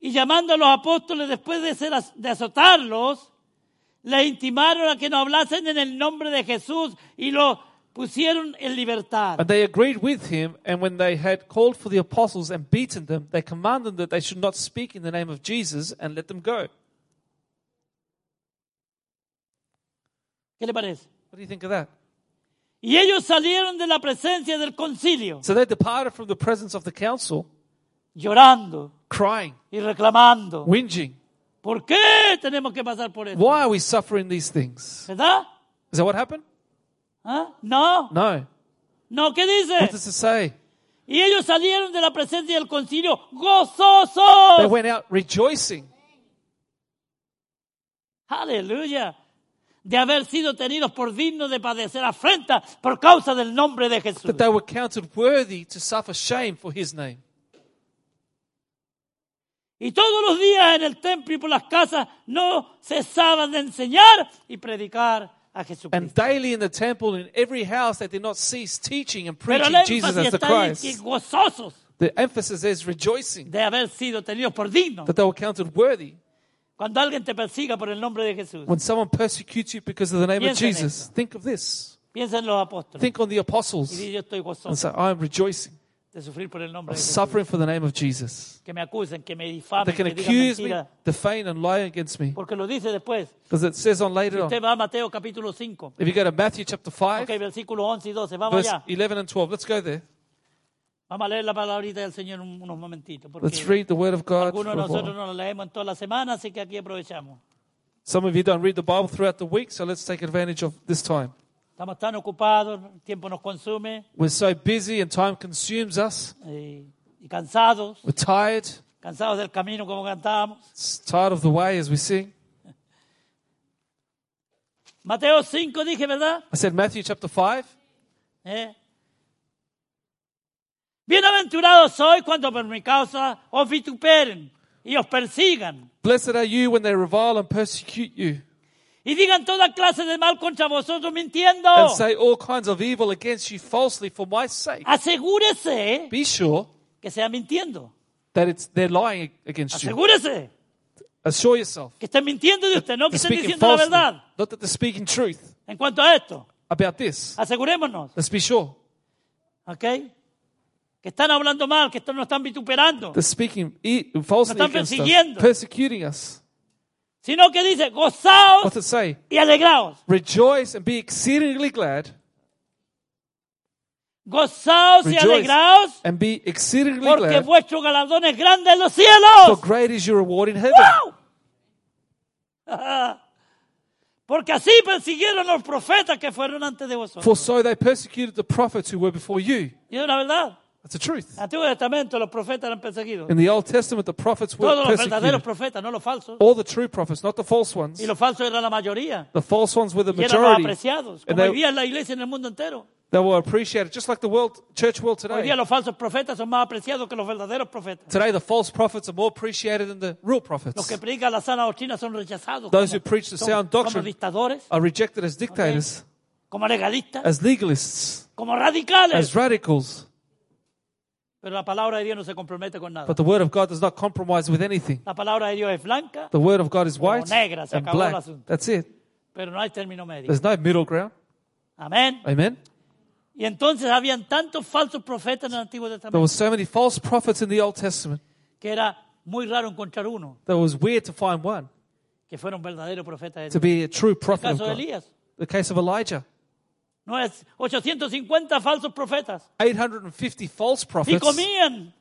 Speaker 2: y llamando a los apóstoles después de, ser az- de azotarlos, le intimaron a que no hablasen en el nombre de Jesús y lo pusieron en libertad.
Speaker 3: And they agreed with him, and when they had called for the apostles and beaten them, they commanded that they should not speak in the name of Jesus and let them go. What
Speaker 2: ¿Qué le parece?
Speaker 3: do you think of that?
Speaker 2: Y ellos salieron de la presencia del concilio,
Speaker 3: So they departed from the presence of the council,
Speaker 2: llorando
Speaker 3: crying,
Speaker 2: y reclamando.
Speaker 3: whinging.
Speaker 2: ¿Por qué tenemos que pasar por esto?
Speaker 3: Why are we suffering these things?
Speaker 2: ¿Verdad?
Speaker 3: Is that what happened?
Speaker 2: ¿Ah? No,
Speaker 3: No.
Speaker 2: no, ¿qué
Speaker 3: What
Speaker 2: dice?
Speaker 3: does it say?
Speaker 2: Y ellos salieron de la presencia del concilio
Speaker 3: They
Speaker 2: gozosos.
Speaker 3: went out rejoicing
Speaker 2: Aleluya. De haber sido tenidos por dignos de padecer afrenta por causa del nombre de Jesús.
Speaker 3: that they were counted worthy to suffer shame for his name.
Speaker 2: Y todos los días en el templo y por las casas no cesaban de enseñar y predicar a
Speaker 3: And
Speaker 2: Jesucristo.
Speaker 3: daily in the temple, in every house, they did not cease teaching and
Speaker 2: Pero
Speaker 3: preaching
Speaker 2: el énfasis
Speaker 3: Jesus as the
Speaker 2: está en que
Speaker 3: Christ.
Speaker 2: gozosos
Speaker 3: The emphasis is rejoicing
Speaker 2: de haber sido tenidos por dignos.
Speaker 3: that they were counted worthy
Speaker 2: Cuando alguien te persiga por el nombre de Jesús,
Speaker 3: When someone persecutes you because of the name
Speaker 2: Piensa
Speaker 3: of
Speaker 2: en
Speaker 3: Jesus,
Speaker 2: esto.
Speaker 3: think of this.
Speaker 2: piensa en los apóstoles.
Speaker 3: Think on the
Speaker 2: Y
Speaker 3: apostles
Speaker 2: di, yo estoy
Speaker 3: and
Speaker 2: gozoso
Speaker 3: say, I am rejoicing
Speaker 2: de sufrir por el nombre
Speaker 3: of
Speaker 2: de Jesús.
Speaker 3: suffering for the name of Jesus.
Speaker 2: Que me acusen, que me
Speaker 3: They
Speaker 2: difamen,
Speaker 3: can
Speaker 2: que digan
Speaker 3: accuse me,
Speaker 2: mentiras.
Speaker 3: defame, and lie against me.
Speaker 2: Porque lo dice después.
Speaker 3: Because it says on later on,
Speaker 2: Usted va a Mateo capítulo 5.
Speaker 3: if you go to Matthew chapter
Speaker 2: Ok,
Speaker 3: 5,
Speaker 2: versículos 11 y 12. Vamos
Speaker 3: verse
Speaker 2: allá.
Speaker 3: 11 and 12, let's go there.
Speaker 2: Vamos a leer la palabrita del Señor un- unos momentitos. Porque
Speaker 3: Let's read the word of God. for
Speaker 2: algunos
Speaker 3: a
Speaker 2: de nosotros
Speaker 3: while.
Speaker 2: no la leemos en toda la semana, así que aquí aprovechamos.
Speaker 3: Some of you don't read the Bible throughout the week, so let's take advantage of this time.
Speaker 2: Estamos tan ocupados, el tiempo nos consume
Speaker 3: We're so busy and time consumes us.
Speaker 2: eh, y cansados,
Speaker 3: We're tired,
Speaker 2: cansados del camino como cantábamos.
Speaker 3: s- tired of the way as we sing.
Speaker 2: Mateo 5 dije, ¿verdad?
Speaker 3: I said Matthew chapter 5.
Speaker 2: ¿Eh? Bienaventurados sois cuando por mi causa os vituperen y os persigan
Speaker 3: Blessed are you when they revile and persecute you
Speaker 2: y digan toda clase de mal contra vosotros mintiendo.
Speaker 3: and say all kinds of evil against you falsely for my sake.
Speaker 2: Asegúrese
Speaker 3: Be sure
Speaker 2: que sea mintiendo.
Speaker 3: that it's they're lying against you.
Speaker 2: Asegúrese
Speaker 3: Assure yourself.
Speaker 2: que estén mintiendo de usted, no que
Speaker 3: They're
Speaker 2: estén
Speaker 3: speaking
Speaker 2: diciendo la
Speaker 3: falsely.
Speaker 2: verdad
Speaker 3: Not that they're speaking truth
Speaker 2: en cuanto a esto.
Speaker 3: about this.
Speaker 2: Asegurémonos,
Speaker 3: Let's be sure.
Speaker 2: ¿ok? Que están hablando mal, que esto nos están vituperando.
Speaker 3: They're speaking e- falsely
Speaker 2: Nos están
Speaker 3: against us,
Speaker 2: persiguiendo.
Speaker 3: persecuting us.
Speaker 2: Sino que dice, gozaos
Speaker 3: What's it say?
Speaker 2: y alegraos.
Speaker 3: Rejoice and be exceedingly glad.
Speaker 2: Gozaos y
Speaker 3: Rejoice
Speaker 2: alegraos
Speaker 3: and be exceedingly
Speaker 2: porque
Speaker 3: glad.
Speaker 2: vuestro galardón es grande en los
Speaker 3: For
Speaker 2: cielos.
Speaker 3: great is your reward in heaven.
Speaker 2: ¡Wow! Porque así persiguieron los profetas que fueron antes de vosotros.
Speaker 3: For so they persecuted the prophets who were before you.
Speaker 2: Y es una verdad.
Speaker 3: That's the truth.
Speaker 2: En el Antiguo Testamento los profetas eran perseguidos.
Speaker 3: In the Old Testament, the prophets were
Speaker 2: Todos los verdaderos
Speaker 3: persecuted.
Speaker 2: profetas, no los falsos.
Speaker 3: All the true prophets, not the false ones.
Speaker 2: Y los falsos eran la mayoría.
Speaker 3: The false ones were the
Speaker 2: Y eran los
Speaker 3: majority.
Speaker 2: apreciados.
Speaker 3: And
Speaker 2: Como hoy
Speaker 3: they,
Speaker 2: día en la iglesia en el mundo entero.
Speaker 3: they were appreciated, just like the world, church world
Speaker 2: Hoy
Speaker 3: today.
Speaker 2: día los falsos profetas son más apreciados que los verdaderos profetas.
Speaker 3: Today, the false prophets are more appreciated than the real
Speaker 2: Los
Speaker 3: prophets.
Speaker 2: que predican la sana doctrina son rechazados.
Speaker 3: Those
Speaker 2: como-
Speaker 3: who preach the
Speaker 2: son-
Speaker 3: sound
Speaker 2: Como
Speaker 3: doctrine.
Speaker 2: dictadores,
Speaker 3: Are rejected as dictators,
Speaker 2: como legalistas,
Speaker 3: as legalists,
Speaker 2: como radicales.
Speaker 3: as radicals.
Speaker 2: Pero la palabra de Dios no se compromete con nada.
Speaker 3: But the word of God does not compromise with anything.
Speaker 2: La palabra de Dios es blanca,
Speaker 3: The word of God is white
Speaker 2: Oh, negra, se
Speaker 3: and
Speaker 2: acabó el
Speaker 3: black.
Speaker 2: asunto.
Speaker 3: That's it.
Speaker 2: pero no hay término medio.
Speaker 3: There's no middle ground.
Speaker 2: Amén.
Speaker 3: Amen.
Speaker 2: Y entonces habían tantos falsos profetas en el Antiguo
Speaker 3: There
Speaker 2: Testamento
Speaker 3: were so many false prophets in the Old Testament
Speaker 2: que era muy raro encontrar uno
Speaker 3: that it was weird to find one
Speaker 2: que fuera un verdadero profeta de
Speaker 3: to
Speaker 2: Dios.
Speaker 3: be a true
Speaker 2: El
Speaker 3: prophet of
Speaker 2: caso de
Speaker 3: God.
Speaker 2: Elías.
Speaker 3: The case of Elijah.
Speaker 2: No es 850 falsos profetas.
Speaker 3: 850 false
Speaker 2: Y
Speaker 3: prophets
Speaker 2: comían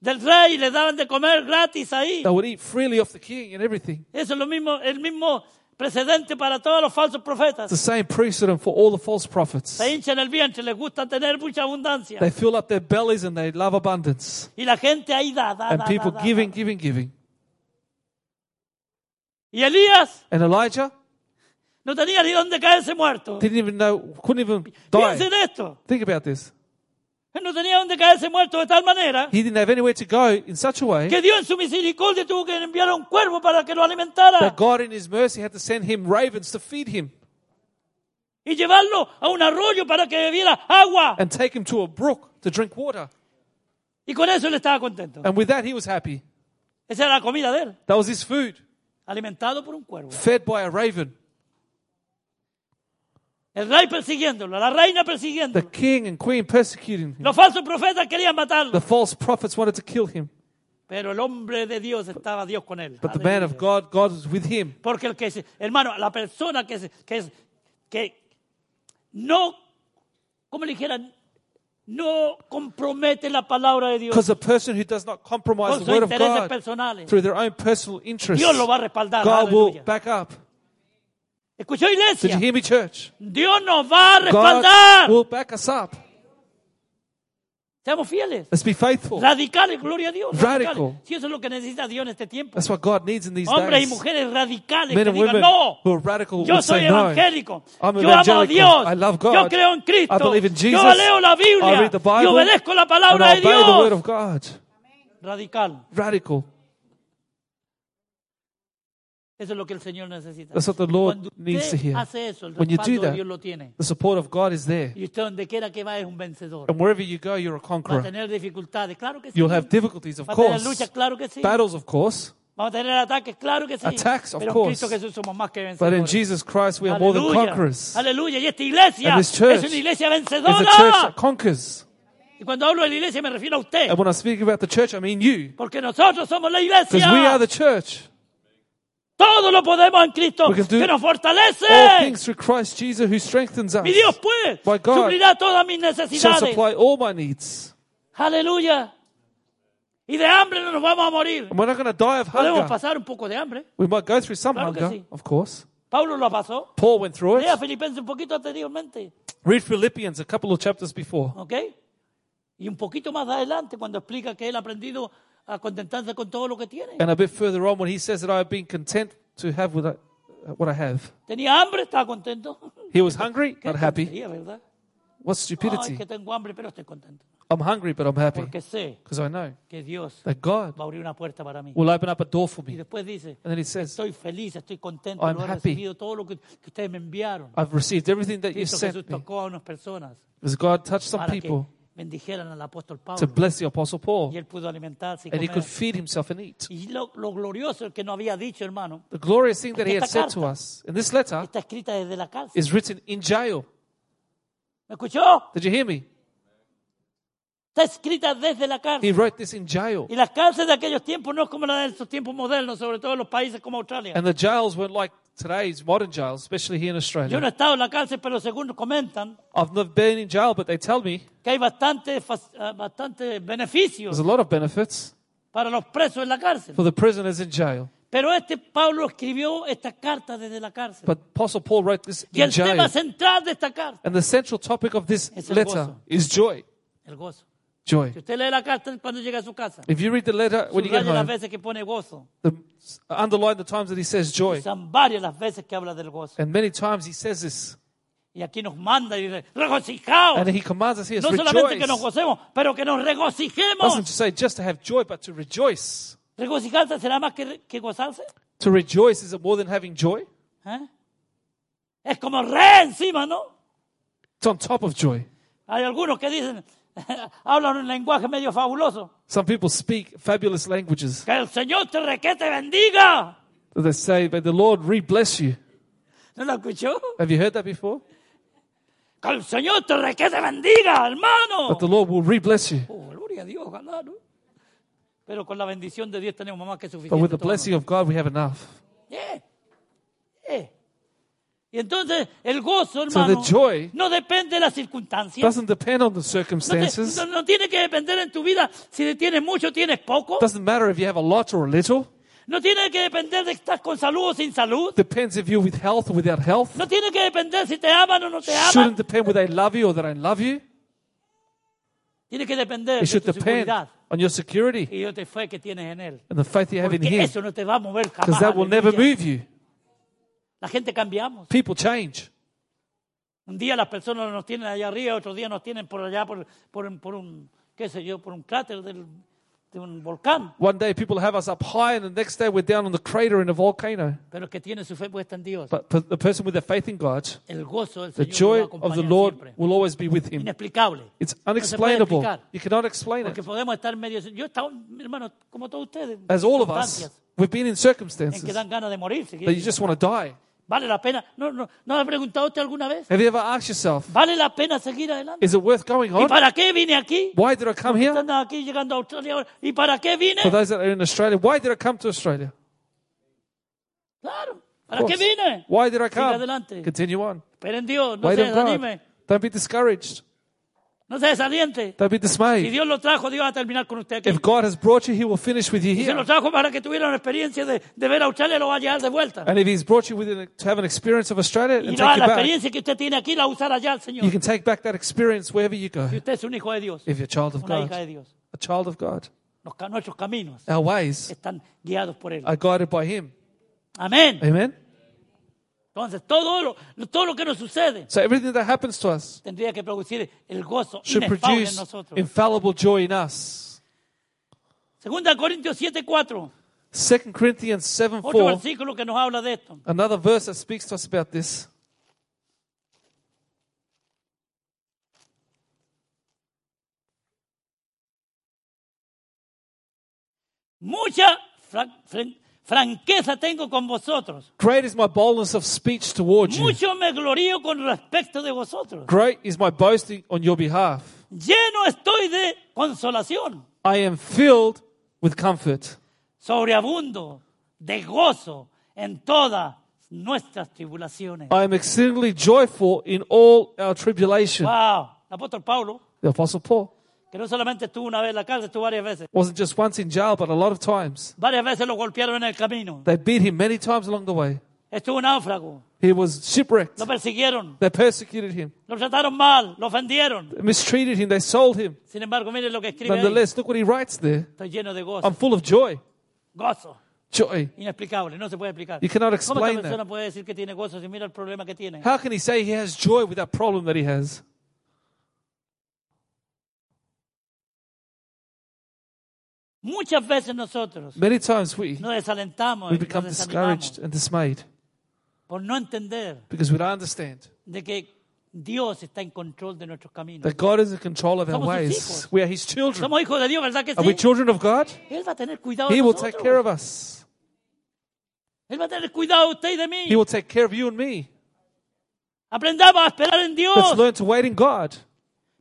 Speaker 2: del rey y le daban de comer gratis ahí.
Speaker 3: that would eat freely off the king and everything.
Speaker 2: Eso es lo mismo, el mismo precedente para todos los falsos
Speaker 3: It's the
Speaker 2: profetas.
Speaker 3: same precedent for all the false prophets.
Speaker 2: Se hinchan el vientre, les gusta tener mucha abundancia.
Speaker 3: They fill up their bellies and they love abundance.
Speaker 2: Y la gente ahí da, da, da,
Speaker 3: And
Speaker 2: da,
Speaker 3: people
Speaker 2: da,
Speaker 3: giving,
Speaker 2: da.
Speaker 3: giving, giving.
Speaker 2: Y Elías
Speaker 3: And Elijah
Speaker 2: no tenía ni dónde caerse muerto.
Speaker 3: didn't even know, couldn't even
Speaker 2: Piensen
Speaker 3: die.
Speaker 2: esto.
Speaker 3: Think about this.
Speaker 2: Él no tenía dónde caerse muerto de tal manera
Speaker 3: He didn't have anywhere to go in such a way
Speaker 2: que Dios en su misericordia tuvo que enviar a un cuervo para que lo alimentara
Speaker 3: that God, in His mercy, had to send him ravens to feed him
Speaker 2: y llevarlo a un arroyo para que bebiera agua.
Speaker 3: and take him to a brook to drink water.
Speaker 2: Y con eso él estaba contento.
Speaker 3: And with that, he was happy.
Speaker 2: Esa era la comida de él,
Speaker 3: That was his food,
Speaker 2: alimentado por un cuervo.
Speaker 3: fed by a raven.
Speaker 2: El rey persiguiéndolo, la reina
Speaker 3: The
Speaker 2: persiguiéndolo.
Speaker 3: king and queen persecuting him.
Speaker 2: Los falsos profetas querían
Speaker 3: The
Speaker 2: matarlo.
Speaker 3: false prophets wanted to kill him.
Speaker 2: Pero el hombre de Dios estaba Dios con él.
Speaker 3: But the man of
Speaker 2: Aleluya.
Speaker 3: God, God was with him.
Speaker 2: Porque el que, se- hermano, la persona que, se- que, es- que no, como le dijeran, no compromete la palabra de Dios
Speaker 3: Because the person who does not compromise
Speaker 2: con
Speaker 3: the
Speaker 2: sus
Speaker 3: word of
Speaker 2: intereses
Speaker 3: God
Speaker 2: personales,
Speaker 3: through their own personal interests,
Speaker 2: Dios lo va a respaldar.
Speaker 3: God will
Speaker 2: Aleluya.
Speaker 3: back up.
Speaker 2: Escuchó
Speaker 3: Did you
Speaker 2: iglesia,
Speaker 3: hear me, church?
Speaker 2: Dios nos va a respaldar.
Speaker 3: God will back us up.
Speaker 2: Seamos fieles,
Speaker 3: Let's be faithful.
Speaker 2: radicales, gloria a Dios.
Speaker 3: Radical.
Speaker 2: radicales. Si eso es lo que necesita Dios en este tiempo.
Speaker 3: That's what God needs in these
Speaker 2: Hombres y
Speaker 3: days.
Speaker 2: mujeres radicales
Speaker 3: Men
Speaker 2: que
Speaker 3: and
Speaker 2: digan
Speaker 3: women
Speaker 2: no.
Speaker 3: who are radical
Speaker 2: Yo
Speaker 3: would
Speaker 2: soy
Speaker 3: say no.
Speaker 2: evangélico.
Speaker 3: I'm
Speaker 2: yo amo a
Speaker 3: evangelical.
Speaker 2: Dios.
Speaker 3: I love God.
Speaker 2: Yo creo en Cristo.
Speaker 3: I believe in Jesus.
Speaker 2: Yo leo la
Speaker 3: I
Speaker 2: Biblia.
Speaker 3: read the Bible.
Speaker 2: Yo obedezco la palabra de
Speaker 3: and I obey the word
Speaker 2: Dios.
Speaker 3: of God.
Speaker 2: Radical.
Speaker 3: Radical.
Speaker 2: Eso es lo que el Señor necesita.
Speaker 3: That's what the Lord
Speaker 2: Cuando usted
Speaker 3: needs to hear.
Speaker 2: hace eso, el
Speaker 3: When you
Speaker 2: respaldo
Speaker 3: do
Speaker 2: de
Speaker 3: that,
Speaker 2: Dios lo tiene.
Speaker 3: The support of God is there.
Speaker 2: Y usted donde quiera que va es un vencedor.
Speaker 3: And wherever you go, you're a
Speaker 2: Va a
Speaker 3: conqueror.
Speaker 2: tener dificultades, claro que sí.
Speaker 3: You'll have difficulties, of
Speaker 2: Va a tener
Speaker 3: course.
Speaker 2: luchas, claro que sí.
Speaker 3: Battles, of course.
Speaker 2: Vamos a tener ataques, claro que sí.
Speaker 3: Attacks, of
Speaker 2: Pero en
Speaker 3: course.
Speaker 2: Cristo Jesús somos más que
Speaker 3: But in
Speaker 2: vencedores.
Speaker 3: Jesus Christ, we are more than conquerors.
Speaker 2: Aleluya. Aleluya. Y esta iglesia
Speaker 3: And this
Speaker 2: es
Speaker 3: church
Speaker 2: una iglesia
Speaker 3: It's a church
Speaker 2: vencedora.
Speaker 3: that conquers.
Speaker 2: Y cuando hablo de la iglesia me refiero a usted.
Speaker 3: And when I speak about the church, I mean you.
Speaker 2: Porque nosotros somos la
Speaker 3: Because we
Speaker 2: iglesia.
Speaker 3: are the church.
Speaker 2: Todo lo podemos en Cristo
Speaker 3: We can do
Speaker 2: que nos
Speaker 3: All
Speaker 2: fortalece.
Speaker 3: things through Christ Jesus who strengthens us.
Speaker 2: Mi Dios pues
Speaker 3: By God
Speaker 2: suplirá todas mis
Speaker 3: Shall
Speaker 2: necesidades.
Speaker 3: supply all my needs.
Speaker 2: Aleluya. Y de hambre no nos vamos a morir.
Speaker 3: And we're not going to die of
Speaker 2: Podemos
Speaker 3: hunger.
Speaker 2: pasar un poco de hambre.
Speaker 3: We might go through some
Speaker 2: Claro que
Speaker 3: hunger,
Speaker 2: sí.
Speaker 3: of course.
Speaker 2: Pablo lo pasó.
Speaker 3: Paul went through
Speaker 2: Lea
Speaker 3: it.
Speaker 2: Filipenses un poquito anteriormente.
Speaker 3: Read Philippians a couple of chapters before.
Speaker 2: ¿Ok? Y un poquito más adelante cuando explica que él ha aprendido a contentarse con todo lo que tiene.
Speaker 3: And a bit further on when he says that I have been content to have with what I have.
Speaker 2: Tenía hambre, estaba contento.
Speaker 3: He was hungry,
Speaker 2: Qué
Speaker 3: not happy.
Speaker 2: tontería, ¿verdad?
Speaker 3: What's
Speaker 2: Ay,
Speaker 3: stupidity?
Speaker 2: que tengo hambre, pero estoy contento.
Speaker 3: I'm hungry, but I'm happy
Speaker 2: Porque sé
Speaker 3: because I know
Speaker 2: que Dios
Speaker 3: that God
Speaker 2: va a abrir una puerta para mí.
Speaker 3: will open up a door for
Speaker 2: Y
Speaker 3: me.
Speaker 2: después dice,
Speaker 3: And then he says,
Speaker 2: estoy feliz, estoy contento,
Speaker 3: Oh, I'm
Speaker 2: lo he
Speaker 3: happy.
Speaker 2: recibido todo lo que, que ustedes me enviaron.
Speaker 3: I've received everything that you
Speaker 2: Cristo
Speaker 3: sent
Speaker 2: Jesús
Speaker 3: me.
Speaker 2: tocó a unas personas
Speaker 3: Because God touched some
Speaker 2: para
Speaker 3: people
Speaker 2: que bendijeran al apóstol
Speaker 3: to
Speaker 2: Pablo.
Speaker 3: bless the Apostle
Speaker 2: Y
Speaker 3: Paul,
Speaker 2: él pudo alimentarse y
Speaker 3: and he
Speaker 2: comer.
Speaker 3: could feed himself and eat.
Speaker 2: Y lo, lo glorioso que no había dicho, hermano,
Speaker 3: The glorious thing that he had
Speaker 2: Esta
Speaker 3: said to
Speaker 2: carta-
Speaker 3: us in this letter
Speaker 2: está escrita desde la cárcel.
Speaker 3: is written in jail.
Speaker 2: ¿Me escuchó?
Speaker 3: Did you hear me?
Speaker 2: Está escrita desde la
Speaker 3: He
Speaker 2: cárcel.
Speaker 3: wrote this in jail.
Speaker 2: Y las cárceles de aquellos tiempos no es como la de estos tiempos modernos, sobre todo en los países como Australia.
Speaker 3: And the jails weren't like today's modern jails, especially here
Speaker 2: Yo
Speaker 3: in
Speaker 2: no
Speaker 3: Australia.
Speaker 2: he estado en la cárcel, pero según comentan,
Speaker 3: I've never been in jail, but they tell me
Speaker 2: que hay bastante, fas- ah, bastante
Speaker 3: there's
Speaker 2: beneficios
Speaker 3: a lot of benefits
Speaker 2: para los presos en la cárcel.
Speaker 3: for the prisoners in jail.
Speaker 2: Pero este Pablo escribió esta carta desde la cárcel.
Speaker 3: But Apostle Paul wrote this
Speaker 2: Y
Speaker 3: in
Speaker 2: el tema
Speaker 3: jail.
Speaker 2: central de esta carta,
Speaker 3: And the central topic of this
Speaker 2: Es el
Speaker 3: letter
Speaker 2: gozo.
Speaker 3: is joy.
Speaker 2: el gozo.
Speaker 3: Joy.
Speaker 2: Si usted lee la carta cuando llega a su casa,
Speaker 3: If you read the letter when you get
Speaker 2: subraya las
Speaker 3: home,
Speaker 2: veces que pone gozo.
Speaker 3: the, underline the times that he says joy.
Speaker 2: Son varias las veces que habla del gozo.
Speaker 3: And many times he says this.
Speaker 2: Y aquí nos manda y dice, regocijaos.
Speaker 3: And he commands us here,
Speaker 2: No solamente que nos
Speaker 3: rejoice.
Speaker 2: gocemos, pero que nos
Speaker 3: Doesn't
Speaker 2: regocijemos.
Speaker 3: say just to have joy, but to rejoice.
Speaker 2: ¿Regocijarse será más que, que gozarse?
Speaker 3: To rejoice is it more than having joy?
Speaker 2: ¿Eh? Es como re encima, ¿no?
Speaker 3: It's on top of joy.
Speaker 2: Hay algunos que dicen, hablan un lenguaje medio fabuloso.
Speaker 3: Some people speak fabulous languages.
Speaker 2: Que el Señor te requete bendiga.
Speaker 3: They say, "May the Lord re-bless you."
Speaker 2: ¿No lo escuchó?
Speaker 3: Have you heard that before?
Speaker 2: Que el Señor te requete bendiga, hermano.
Speaker 3: That the Lord will re-bless you.
Speaker 2: Oh, gloria a Dios, ojalá, ¿no? Pero con la bendición de Dios tenemos más que suficiente.
Speaker 3: But with the
Speaker 2: todo, ¿no?
Speaker 3: blessing of God, we have enough.
Speaker 2: Eh, eh. Y entonces el gozo,
Speaker 3: So the
Speaker 2: hermano,
Speaker 3: joy
Speaker 2: no depende de las circunstancias.
Speaker 3: Doesn't depend on the
Speaker 2: No, te-
Speaker 3: circumstances.
Speaker 2: no- no tiene que depender en tu vida si tienes mucho o tienes poco.
Speaker 3: Doesn't matter if you have a lot or a little.
Speaker 2: No tiene que depender de si estás con salud o sin salud.
Speaker 3: Depends if you're with health or without health.
Speaker 2: No tiene que depender si te aman o no te aman.
Speaker 3: Shouldn't depend whether they love you or that I love you.
Speaker 2: Tiene que depender
Speaker 3: It
Speaker 2: de
Speaker 3: should
Speaker 2: tu
Speaker 3: depend
Speaker 2: seguridad
Speaker 3: on your security
Speaker 2: y yo te fe que tienes en Él.
Speaker 3: and the faith you have in
Speaker 2: Porque
Speaker 3: Him.
Speaker 2: eso no te va a mover
Speaker 3: Because
Speaker 2: jamás.
Speaker 3: that will never
Speaker 2: aleluya.
Speaker 3: move you.
Speaker 2: La gente cambiamos.
Speaker 3: People change.
Speaker 2: Un día las personas nos tienen allá arriba, otro día nos tienen por allá, por, por, un- por un, qué sé yo, por un cráter del- de un volcán.
Speaker 3: One day people have us up high, and the next day we're down on the crater in a volcano.
Speaker 2: Pero el que tiene su fe puesta en Dios,
Speaker 3: But for the person with their faith in God,
Speaker 2: el gozo del
Speaker 3: the
Speaker 2: Señor lo va a
Speaker 3: joy of
Speaker 2: acompañar
Speaker 3: the Lord
Speaker 2: siempre.
Speaker 3: will always be with him.
Speaker 2: Inexplicable.
Speaker 3: It's
Speaker 2: No se puede
Speaker 3: unexplainable.
Speaker 2: explicar.
Speaker 3: You cannot explain
Speaker 2: Porque
Speaker 3: it.
Speaker 2: podemos estar medio... Yo he estado, hermano, como todos ustedes, en
Speaker 3: As all of us,
Speaker 2: circunstancias
Speaker 3: we've been in
Speaker 2: en que
Speaker 3: circumstances
Speaker 2: dan ganas de morirse.
Speaker 3: that you just want to die.
Speaker 2: ¿Vale la pena? ¿No, no, ¿No ha preguntado usted alguna vez?
Speaker 3: Have you ever asked yourself,
Speaker 2: ¿Vale la pena seguir adelante?
Speaker 3: is it worth going
Speaker 2: ¿Y
Speaker 3: on?
Speaker 2: para qué vine aquí?
Speaker 3: Why did I come here?
Speaker 2: Están aquí llegando a Australia ahora. ¿Y para qué vine?
Speaker 3: For those that are in Australia, why did I come to Australia?
Speaker 2: Claro.
Speaker 3: Of
Speaker 2: ¿Para qué
Speaker 3: course.
Speaker 2: vine?
Speaker 3: Why did I
Speaker 2: Siga
Speaker 3: come?
Speaker 2: adelante.
Speaker 3: Continue on.
Speaker 2: Pero en Dios, no
Speaker 3: Wait
Speaker 2: se
Speaker 3: on God.
Speaker 2: desanime,
Speaker 3: Don't be discouraged.
Speaker 2: no se desaliente.
Speaker 3: Don't be
Speaker 2: Si
Speaker 3: dismayed.
Speaker 2: Dios lo trajo, Dios va a terminar con usted aquí.
Speaker 3: If God has brought you, He will finish with you
Speaker 2: Si lo
Speaker 3: here.
Speaker 2: trajo para que tuviera una experiencia de, de ver a Australia, lo va a llevar de vuelta.
Speaker 3: And if He's brought you within, to have an experience of Australia
Speaker 2: Y
Speaker 3: and take you
Speaker 2: la, la
Speaker 3: back,
Speaker 2: experiencia que usted tiene aquí la usará allá el
Speaker 3: you
Speaker 2: Señor.
Speaker 3: can take back that experience wherever you go.
Speaker 2: Si usted es un hijo de Dios,
Speaker 3: If you're a child of
Speaker 2: una hija de
Speaker 3: God,
Speaker 2: Dios,
Speaker 3: a child of God,
Speaker 2: los ca- nuestros caminos
Speaker 3: our ways
Speaker 2: están guiados por Él.
Speaker 3: are guided by Him.
Speaker 2: Amén.
Speaker 3: Amen.
Speaker 2: Entonces, todo lo, todo lo que nos sucede
Speaker 3: So everything that happens to us
Speaker 2: tendría que producir el gozo
Speaker 3: should
Speaker 2: inefable en
Speaker 3: produce
Speaker 2: nosotros.
Speaker 3: infallible joy in us.
Speaker 2: Segunda Corintios 7, 4.
Speaker 3: 2 Corinthians 7
Speaker 2: Otro
Speaker 3: 4,
Speaker 2: versículo que nos habla de esto.
Speaker 3: another verse that speaks to us about this.
Speaker 2: Mucha fran- fran- franqueza tengo con vosotros.
Speaker 3: Great is my boldness of speech towards you.
Speaker 2: Mucho me glorío con respecto de vosotros.
Speaker 3: Great is my boasting on your behalf.
Speaker 2: Lleno estoy de consolación,
Speaker 3: I am filled with comfort,
Speaker 2: sobreabundo de gozo en todas nuestras tribulaciones.
Speaker 3: I am exceedingly joyful in all our tribulation.
Speaker 2: Wow, el apóstol Pablo,
Speaker 3: The Apostle Paul
Speaker 2: que no solamente estuvo una vez en la cárcel, estuvo varias veces.
Speaker 3: wasn't just once in jail, but a lot of times.
Speaker 2: Varias veces lo golpearon en el camino.
Speaker 3: They beat him many times along the way.
Speaker 2: Estuvo náufrago,
Speaker 3: He was shipwrecked.
Speaker 2: lo persiguieron,
Speaker 3: They persecuted him,
Speaker 2: lo trataron mal, lo ofendieron.
Speaker 3: They mistreated him, they sold him.
Speaker 2: Sin embargo, miren lo que escribe ahí.
Speaker 3: Nonetheless, look what he writes there.
Speaker 2: Estoy lleno de gozo.
Speaker 3: I'm full of joy.
Speaker 2: Gozo.
Speaker 3: joy.
Speaker 2: Inexplicable, no se puede explicar.
Speaker 3: You cannot
Speaker 2: ¿Cómo
Speaker 3: explain
Speaker 2: esta persona
Speaker 3: that.
Speaker 2: puede decir que tiene gozo si mira el problema que tiene?
Speaker 3: How can he say he has joy with that problem that he has?
Speaker 2: Muchas veces nosotros
Speaker 3: Many times we,
Speaker 2: nos desalentamos
Speaker 3: we
Speaker 2: y nos
Speaker 3: become
Speaker 2: desanimamos
Speaker 3: discouraged and dismayed
Speaker 2: por no entender
Speaker 3: because we don't understand
Speaker 2: de que Dios está en control de nuestros caminos.
Speaker 3: that God is in control of our
Speaker 2: Somos sus
Speaker 3: ways.
Speaker 2: hijos.
Speaker 3: We are his children.
Speaker 2: Somos hijos de Dios, ¿verdad que
Speaker 3: Are we
Speaker 2: sí?
Speaker 3: children of God?
Speaker 2: Él va a tener cuidado de
Speaker 3: He will take care
Speaker 2: nosotros.
Speaker 3: of us.
Speaker 2: Él va a tener cuidado de usted y de mí.
Speaker 3: He will take care of you and me.
Speaker 2: Aprendamos a esperar en
Speaker 3: Let's
Speaker 2: Dios.
Speaker 3: learn to wait in God.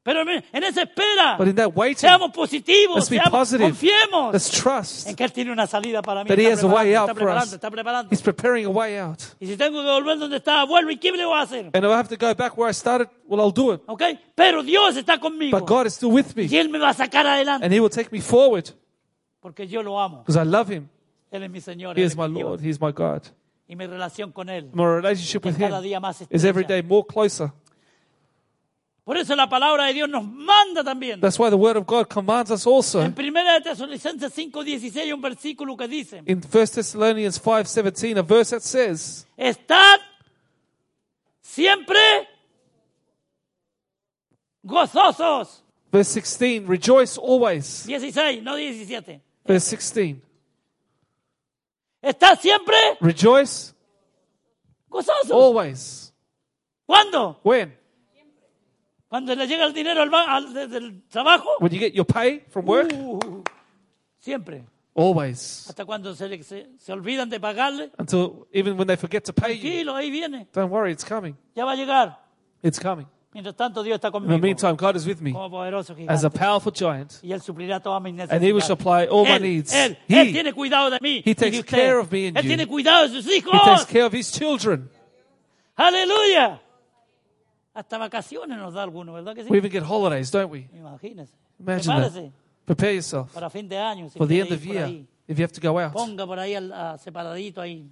Speaker 2: Pero en esa espera,
Speaker 3: But in that waiting,
Speaker 2: seamos positivos,
Speaker 3: let's be
Speaker 2: seamos,
Speaker 3: positive.
Speaker 2: confiemos
Speaker 3: let's trust
Speaker 2: en que Él tiene una salida para mí.
Speaker 3: that He has a
Speaker 2: Está
Speaker 3: way
Speaker 2: preparando, está
Speaker 3: out for us.
Speaker 2: preparando, está preparando.
Speaker 3: He's preparing a way out.
Speaker 2: Y si tengo que volver donde estaba, vuelvo. ¿Y qué me le voy a hacer?
Speaker 3: And if I have to go back where I started, well, I'll do it.
Speaker 2: ¿Ok? Pero Dios está conmigo.
Speaker 3: But God is still with
Speaker 2: Y
Speaker 3: me,
Speaker 2: Él me va a sacar adelante.
Speaker 3: and He will take me forward
Speaker 2: Porque yo lo amo.
Speaker 3: because I love Him.
Speaker 2: Él es mi Señor.
Speaker 3: He
Speaker 2: Él
Speaker 3: is
Speaker 2: es
Speaker 3: my
Speaker 2: mi Dios.
Speaker 3: Lord. He is my God.
Speaker 2: Y mi relación con Él.
Speaker 3: My relationship with
Speaker 2: Pues, es cada
Speaker 3: Him
Speaker 2: día más
Speaker 3: is every
Speaker 2: estrecha.
Speaker 3: day more closer.
Speaker 2: Por eso la palabra de Dios nos manda también.
Speaker 3: That's why the Word of God commands us also
Speaker 2: En primera de Tesalonicenses 5.16 hay un versículo que dice,
Speaker 3: in 1 Thessalonians 5.17, a verse that says,
Speaker 2: estad siempre gozosos.
Speaker 3: verse 16, rejoice always.
Speaker 2: 16, no 17.
Speaker 3: Verse 16,
Speaker 2: Estad siempre
Speaker 3: rejoice
Speaker 2: gozosos.
Speaker 3: always.
Speaker 2: ¿Cuándo?
Speaker 3: When?
Speaker 2: Cuando le llega el dinero al, ba- al- de- del trabajo.
Speaker 3: When you get your pay from work?
Speaker 2: Uh, siempre.
Speaker 3: Always.
Speaker 2: Hasta cuando se, le- se- se olvidan de pagarle.
Speaker 3: Until even when they forget to pay you.
Speaker 2: Tranquilo, ahí viene.
Speaker 3: Don't worry, it's coming.
Speaker 2: Ya va a llegar.
Speaker 3: It's coming.
Speaker 2: Mientras tanto, Dios está
Speaker 3: In the
Speaker 2: conmigo.
Speaker 3: meantime, God is with me
Speaker 2: Como poderoso
Speaker 3: as
Speaker 2: gigante.
Speaker 3: a powerful giant,
Speaker 2: y él suplirá todas mis necesidades.
Speaker 3: and He will supply all my
Speaker 2: Él-
Speaker 3: needs.
Speaker 2: Él, él
Speaker 3: He,
Speaker 2: tiene cuidado de mí.
Speaker 3: He
Speaker 2: y de
Speaker 3: takes
Speaker 2: usted.
Speaker 3: care of me and
Speaker 2: él
Speaker 3: you.
Speaker 2: tiene cuidado de sus
Speaker 3: he takes
Speaker 2: hijos.
Speaker 3: care of His children.
Speaker 2: Aleluya. Hasta vacaciones nos da alguno, ¿verdad que sí?
Speaker 3: We even get holidays, don't we?
Speaker 2: Imagínese.
Speaker 3: Imagine
Speaker 2: Prepárese
Speaker 3: that. Prepare yourself
Speaker 2: para fin de año. Si
Speaker 3: for the
Speaker 2: quiere
Speaker 3: end of
Speaker 2: ir por
Speaker 3: year
Speaker 2: ahí.
Speaker 3: if you have to go out.
Speaker 2: Ponga por ahí al, a- separadito ahí.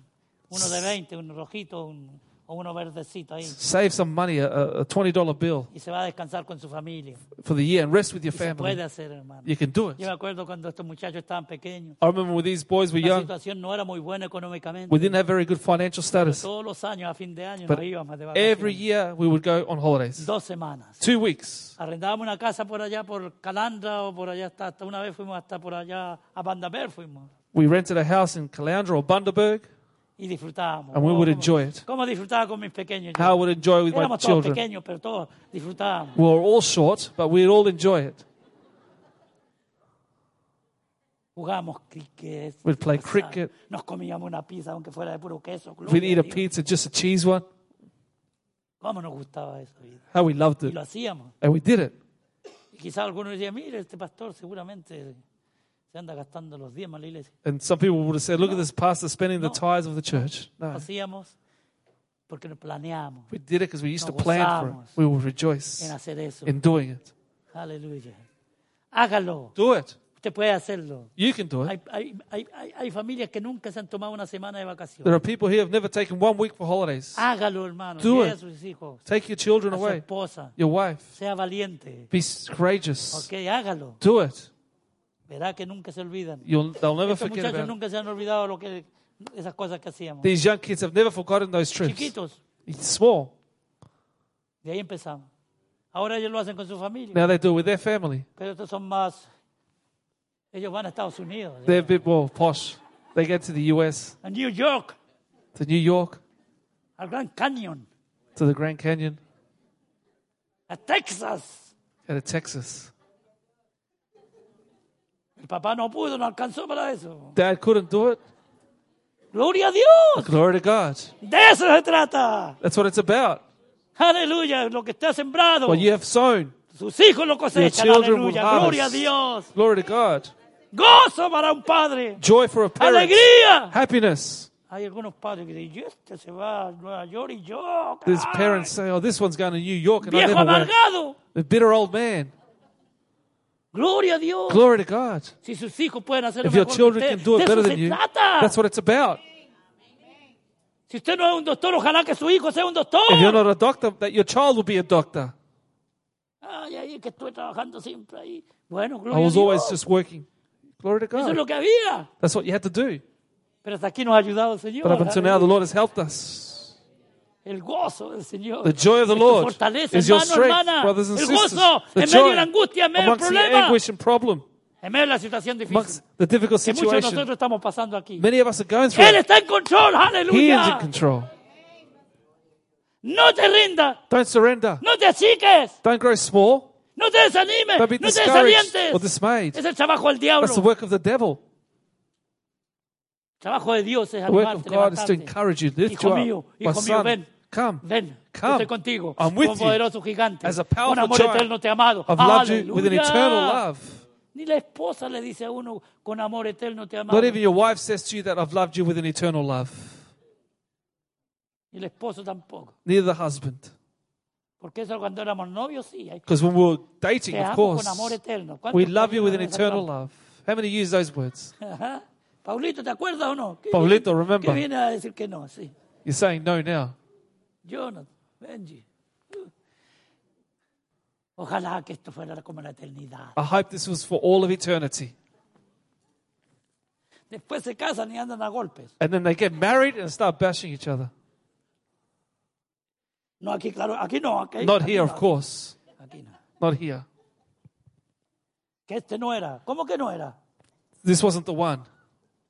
Speaker 2: Uno de 20, uno rojito un- o uno verdecito ahí.
Speaker 3: Save some money, a, a $20 bill
Speaker 2: Y se va a descansar con su familia.
Speaker 3: for the year, and rest with your
Speaker 2: Y se puede
Speaker 3: family.
Speaker 2: hacer, hermano.
Speaker 3: You can do it.
Speaker 2: Yo me acuerdo cuando estos muchachos estaban pequeños.
Speaker 3: I remember when these boys were
Speaker 2: La
Speaker 3: young,
Speaker 2: situación no era muy buena económicamente.
Speaker 3: we didn't have very good financial status.
Speaker 2: Todos los años, a fin de año,
Speaker 3: But
Speaker 2: nos íbamos de vacaciones.
Speaker 3: every year we would go on holidays.
Speaker 2: Dos semanas.
Speaker 3: Two weeks.
Speaker 2: Arrendábamos una casa por allá, por Calandra o por allá. Hasta, hasta una vez fuimos hasta por allá, a Bandaber fuimos.
Speaker 3: We rented a house in Caloundra or Bundaberg,
Speaker 2: Y disfrutábamos.
Speaker 3: and we
Speaker 2: Oh,
Speaker 3: would
Speaker 2: cómo-
Speaker 3: enjoy it.
Speaker 2: Cómo disfrutaba con mis pequeños. yo.
Speaker 3: How I would enjoy with my
Speaker 2: Éramos todos
Speaker 3: children.
Speaker 2: pequeños, pero todos disfrutábamos.
Speaker 3: We were all short, but we'd all enjoy it.
Speaker 2: Jugábamos cricket.
Speaker 3: We'd play
Speaker 2: pasaba-
Speaker 3: cricket.
Speaker 2: Nos comíamos una pizza, aunque fuera de puro queso.
Speaker 3: We'd
Speaker 2: gloria
Speaker 3: eat
Speaker 2: a
Speaker 3: a
Speaker 2: Dios.
Speaker 3: pizza, just a cheese one.
Speaker 2: Cómo nos gustaba eso. vida.
Speaker 3: How we loved
Speaker 2: Y
Speaker 3: it.
Speaker 2: lo hacíamos.
Speaker 3: And we did it.
Speaker 2: Y quizás algunos decían, mire, este pastor seguramente se anda gastando los diezmos en la iglesia.
Speaker 3: And some people would have said, look at this pastor spending the tithes of the church.
Speaker 2: Lo
Speaker 3: No.
Speaker 2: hacíamos porque nos planeamos
Speaker 3: We did it because we used to
Speaker 2: Nos
Speaker 3: plan for
Speaker 2: gozamos.
Speaker 3: it. We would rejoice
Speaker 2: en hacer eso.
Speaker 3: in doing it.
Speaker 2: Aleluya. Hágalo.
Speaker 3: Do it.
Speaker 2: Usted puede hacerlo.
Speaker 3: You can do it.
Speaker 2: Hay, hay- hay- hay- hay familias que nunca se han tomado una semana de
Speaker 3: There
Speaker 2: vacaciones.
Speaker 3: are people here who have never taken one week for holidays.
Speaker 2: Hágalo, hermano.
Speaker 3: Do
Speaker 2: Lleve
Speaker 3: it.
Speaker 2: a sus hijos,
Speaker 3: Take your children
Speaker 2: a su
Speaker 3: away,
Speaker 2: esposa.
Speaker 3: your wife.
Speaker 2: Sea valiente.
Speaker 3: Be s- courageous.
Speaker 2: Ok, hágalo.
Speaker 3: Do it.
Speaker 2: Verá que nunca se olvidan.
Speaker 3: You'll, they'll never
Speaker 2: Estos
Speaker 3: forget
Speaker 2: muchachos
Speaker 3: about it.
Speaker 2: nunca se han olvidado lo que, esas cosas que hacíamos.
Speaker 3: These young kids have never forgotten those trips.
Speaker 2: Chiquitos.
Speaker 3: It's small.
Speaker 2: De ahí empezamos. Ahora ellos lo hacen con su familia.
Speaker 3: Now they do it with their family.
Speaker 2: Pero estos son más... Ellos van a Estados Unidos.
Speaker 3: They're a bit more posh. They go to the US,
Speaker 2: A New York.
Speaker 3: to New York,
Speaker 2: Al Grand Canyon.
Speaker 3: to the Grand Canyon,
Speaker 2: A Texas.
Speaker 3: and to Texas.
Speaker 2: El papá no pudo, no alcanzó para eso.
Speaker 3: Dad couldn't do it.
Speaker 2: Gloria a Dios.
Speaker 3: Glory to God.
Speaker 2: De eso se trata.
Speaker 3: That's what it's about.
Speaker 2: Aleluya. Lo que está sembrado.
Speaker 3: What you have sown.
Speaker 2: Sus hijos lo
Speaker 3: Your
Speaker 2: cosechan.
Speaker 3: children will
Speaker 2: Aleluya. Gloria a
Speaker 3: harvest.
Speaker 2: Dios.
Speaker 3: Glory to God.
Speaker 2: Gozo para un padre.
Speaker 3: Joy for a parent.
Speaker 2: Alegría.
Speaker 3: Happiness.
Speaker 2: Hay algunos padres que dicen, "Y este se va a Nueva York y yo.
Speaker 3: These
Speaker 2: caray,
Speaker 3: parents say, oh, this one's going to New York and I
Speaker 2: Viejo
Speaker 3: never went.
Speaker 2: amargado.
Speaker 3: The bitter old man.
Speaker 2: Gloria a Dios.
Speaker 3: Glory to God.
Speaker 2: Si sus hijos pueden hacerlo
Speaker 3: If your
Speaker 2: mejor que
Speaker 3: children
Speaker 2: usted,
Speaker 3: can do it
Speaker 2: de
Speaker 3: better
Speaker 2: eso
Speaker 3: than
Speaker 2: se
Speaker 3: you,
Speaker 2: trata.
Speaker 3: that's what it's about.
Speaker 2: Si usted no es un doctor, ojalá que su hijo sea un doctor.
Speaker 3: If you're not a doctor, that your child will be a doctor.
Speaker 2: Ay, ay, que estoy trabajando siempre ahí. Bueno,
Speaker 3: I
Speaker 2: gloria a
Speaker 3: was
Speaker 2: Dios.
Speaker 3: always just working. Glory to
Speaker 2: Eso es
Speaker 3: God.
Speaker 2: lo que había.
Speaker 3: That's what you had to do.
Speaker 2: Pero hasta aquí nos ha ayudado el Señor.
Speaker 3: But up until now, the Lord has helped us.
Speaker 2: El gozo del Señor.
Speaker 3: The joy of the
Speaker 2: es tu
Speaker 3: Lord
Speaker 2: fortaleza,
Speaker 3: is your
Speaker 2: hermano,
Speaker 3: strength,
Speaker 2: hermana.
Speaker 3: brothers and
Speaker 2: el
Speaker 3: sisters.
Speaker 2: gozo
Speaker 3: The
Speaker 2: en medio
Speaker 3: joy
Speaker 2: de la angustia, en medio del
Speaker 3: amongst the
Speaker 2: problema,
Speaker 3: anguish and problem,
Speaker 2: en medio de la situación difícil
Speaker 3: amongst the difficult
Speaker 2: que muchos de
Speaker 3: situation
Speaker 2: nosotros estamos pasando aquí.
Speaker 3: many of us are going
Speaker 2: Él
Speaker 3: through.
Speaker 2: está en control,
Speaker 3: He is in
Speaker 2: aleluya.
Speaker 3: control.
Speaker 2: No te rindas,
Speaker 3: Don't surrender.
Speaker 2: no te achiques,
Speaker 3: Don't grow small.
Speaker 2: no te desanimes,
Speaker 3: Don't be
Speaker 2: no te
Speaker 3: discouraged or
Speaker 2: desalientes.
Speaker 3: dismayed.
Speaker 2: Es el trabajo del diablo.
Speaker 3: That's the
Speaker 2: El
Speaker 3: work of the devil.
Speaker 2: trabajo de Dios es
Speaker 3: The work of
Speaker 2: animarte,
Speaker 3: God is
Speaker 2: levantarte.
Speaker 3: to encourage you, lift you
Speaker 2: Hijo mío,
Speaker 3: up. My
Speaker 2: hijo mío,
Speaker 3: son,
Speaker 2: ven.
Speaker 3: come.
Speaker 2: Ven, yo
Speaker 3: Come.
Speaker 2: estoy contigo.
Speaker 3: I'm with
Speaker 2: como
Speaker 3: you.
Speaker 2: poderoso gigante.
Speaker 3: As a
Speaker 2: Con
Speaker 3: powerful
Speaker 2: amor
Speaker 3: giant,
Speaker 2: eterno te he amado.
Speaker 3: I've loved you with an
Speaker 2: Aleluya.
Speaker 3: eternal love.
Speaker 2: Ni la esposa le dice a uno, con amor eterno te he amado.
Speaker 3: Not even your wife says to you that I've loved you with an eternal love.
Speaker 2: Ni el esposo tampoco.
Speaker 3: Neither the husband.
Speaker 2: Porque eso cuando éramos novios, sí. hay-
Speaker 3: Because when we were dating,
Speaker 2: Te
Speaker 3: of
Speaker 2: amo con
Speaker 3: course,
Speaker 2: amor eterno. ¿Cuántos
Speaker 3: we love you with an
Speaker 2: caminos
Speaker 3: eternal
Speaker 2: nos
Speaker 3: love. How many use those words?
Speaker 2: sacamos? Ajá. Paulito, ¿te acuerdas o no? ¿Qué
Speaker 3: Paulito,
Speaker 2: viene-
Speaker 3: remember.
Speaker 2: ¿Qué viene a decir que no? Sí.
Speaker 3: You're saying no now.
Speaker 2: Jonathan, Benji. Ojalá que esto fuera como la eternidad.
Speaker 3: I hope this was for all of eternity.
Speaker 2: Después se casan y andan a golpes.
Speaker 3: And then they get married and start bashing each other.
Speaker 2: No aquí, claro, aquí no. Aquí,
Speaker 3: Not
Speaker 2: aquí
Speaker 3: here,
Speaker 2: no,
Speaker 3: of course.
Speaker 2: Aquí no.
Speaker 3: Not here.
Speaker 2: Que este no era. ¿Cómo que no era?
Speaker 3: This wasn't the one.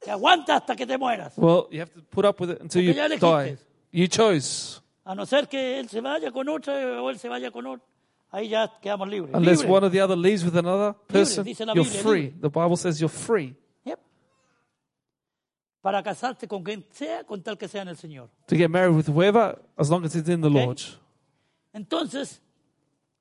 Speaker 2: Que aguanta hasta que te mueras.
Speaker 3: Well, you have to put up with it until you
Speaker 2: Porque ya elegiste.
Speaker 3: die. You chose.
Speaker 2: A no ser que él se vaya con otra o él se vaya con otra. Ahí ya quedamos libres.
Speaker 3: Unless
Speaker 2: Libres.
Speaker 3: one or the other leaves with another person,
Speaker 2: dice la
Speaker 3: you're
Speaker 2: Biblia,
Speaker 3: free. The Bible says you're free
Speaker 2: Yep. Para casarte con quien sea, con tal que sea en el Señor.
Speaker 3: to get married with whoever as long as it's in the
Speaker 2: Okay.
Speaker 3: Lord.
Speaker 2: Entonces,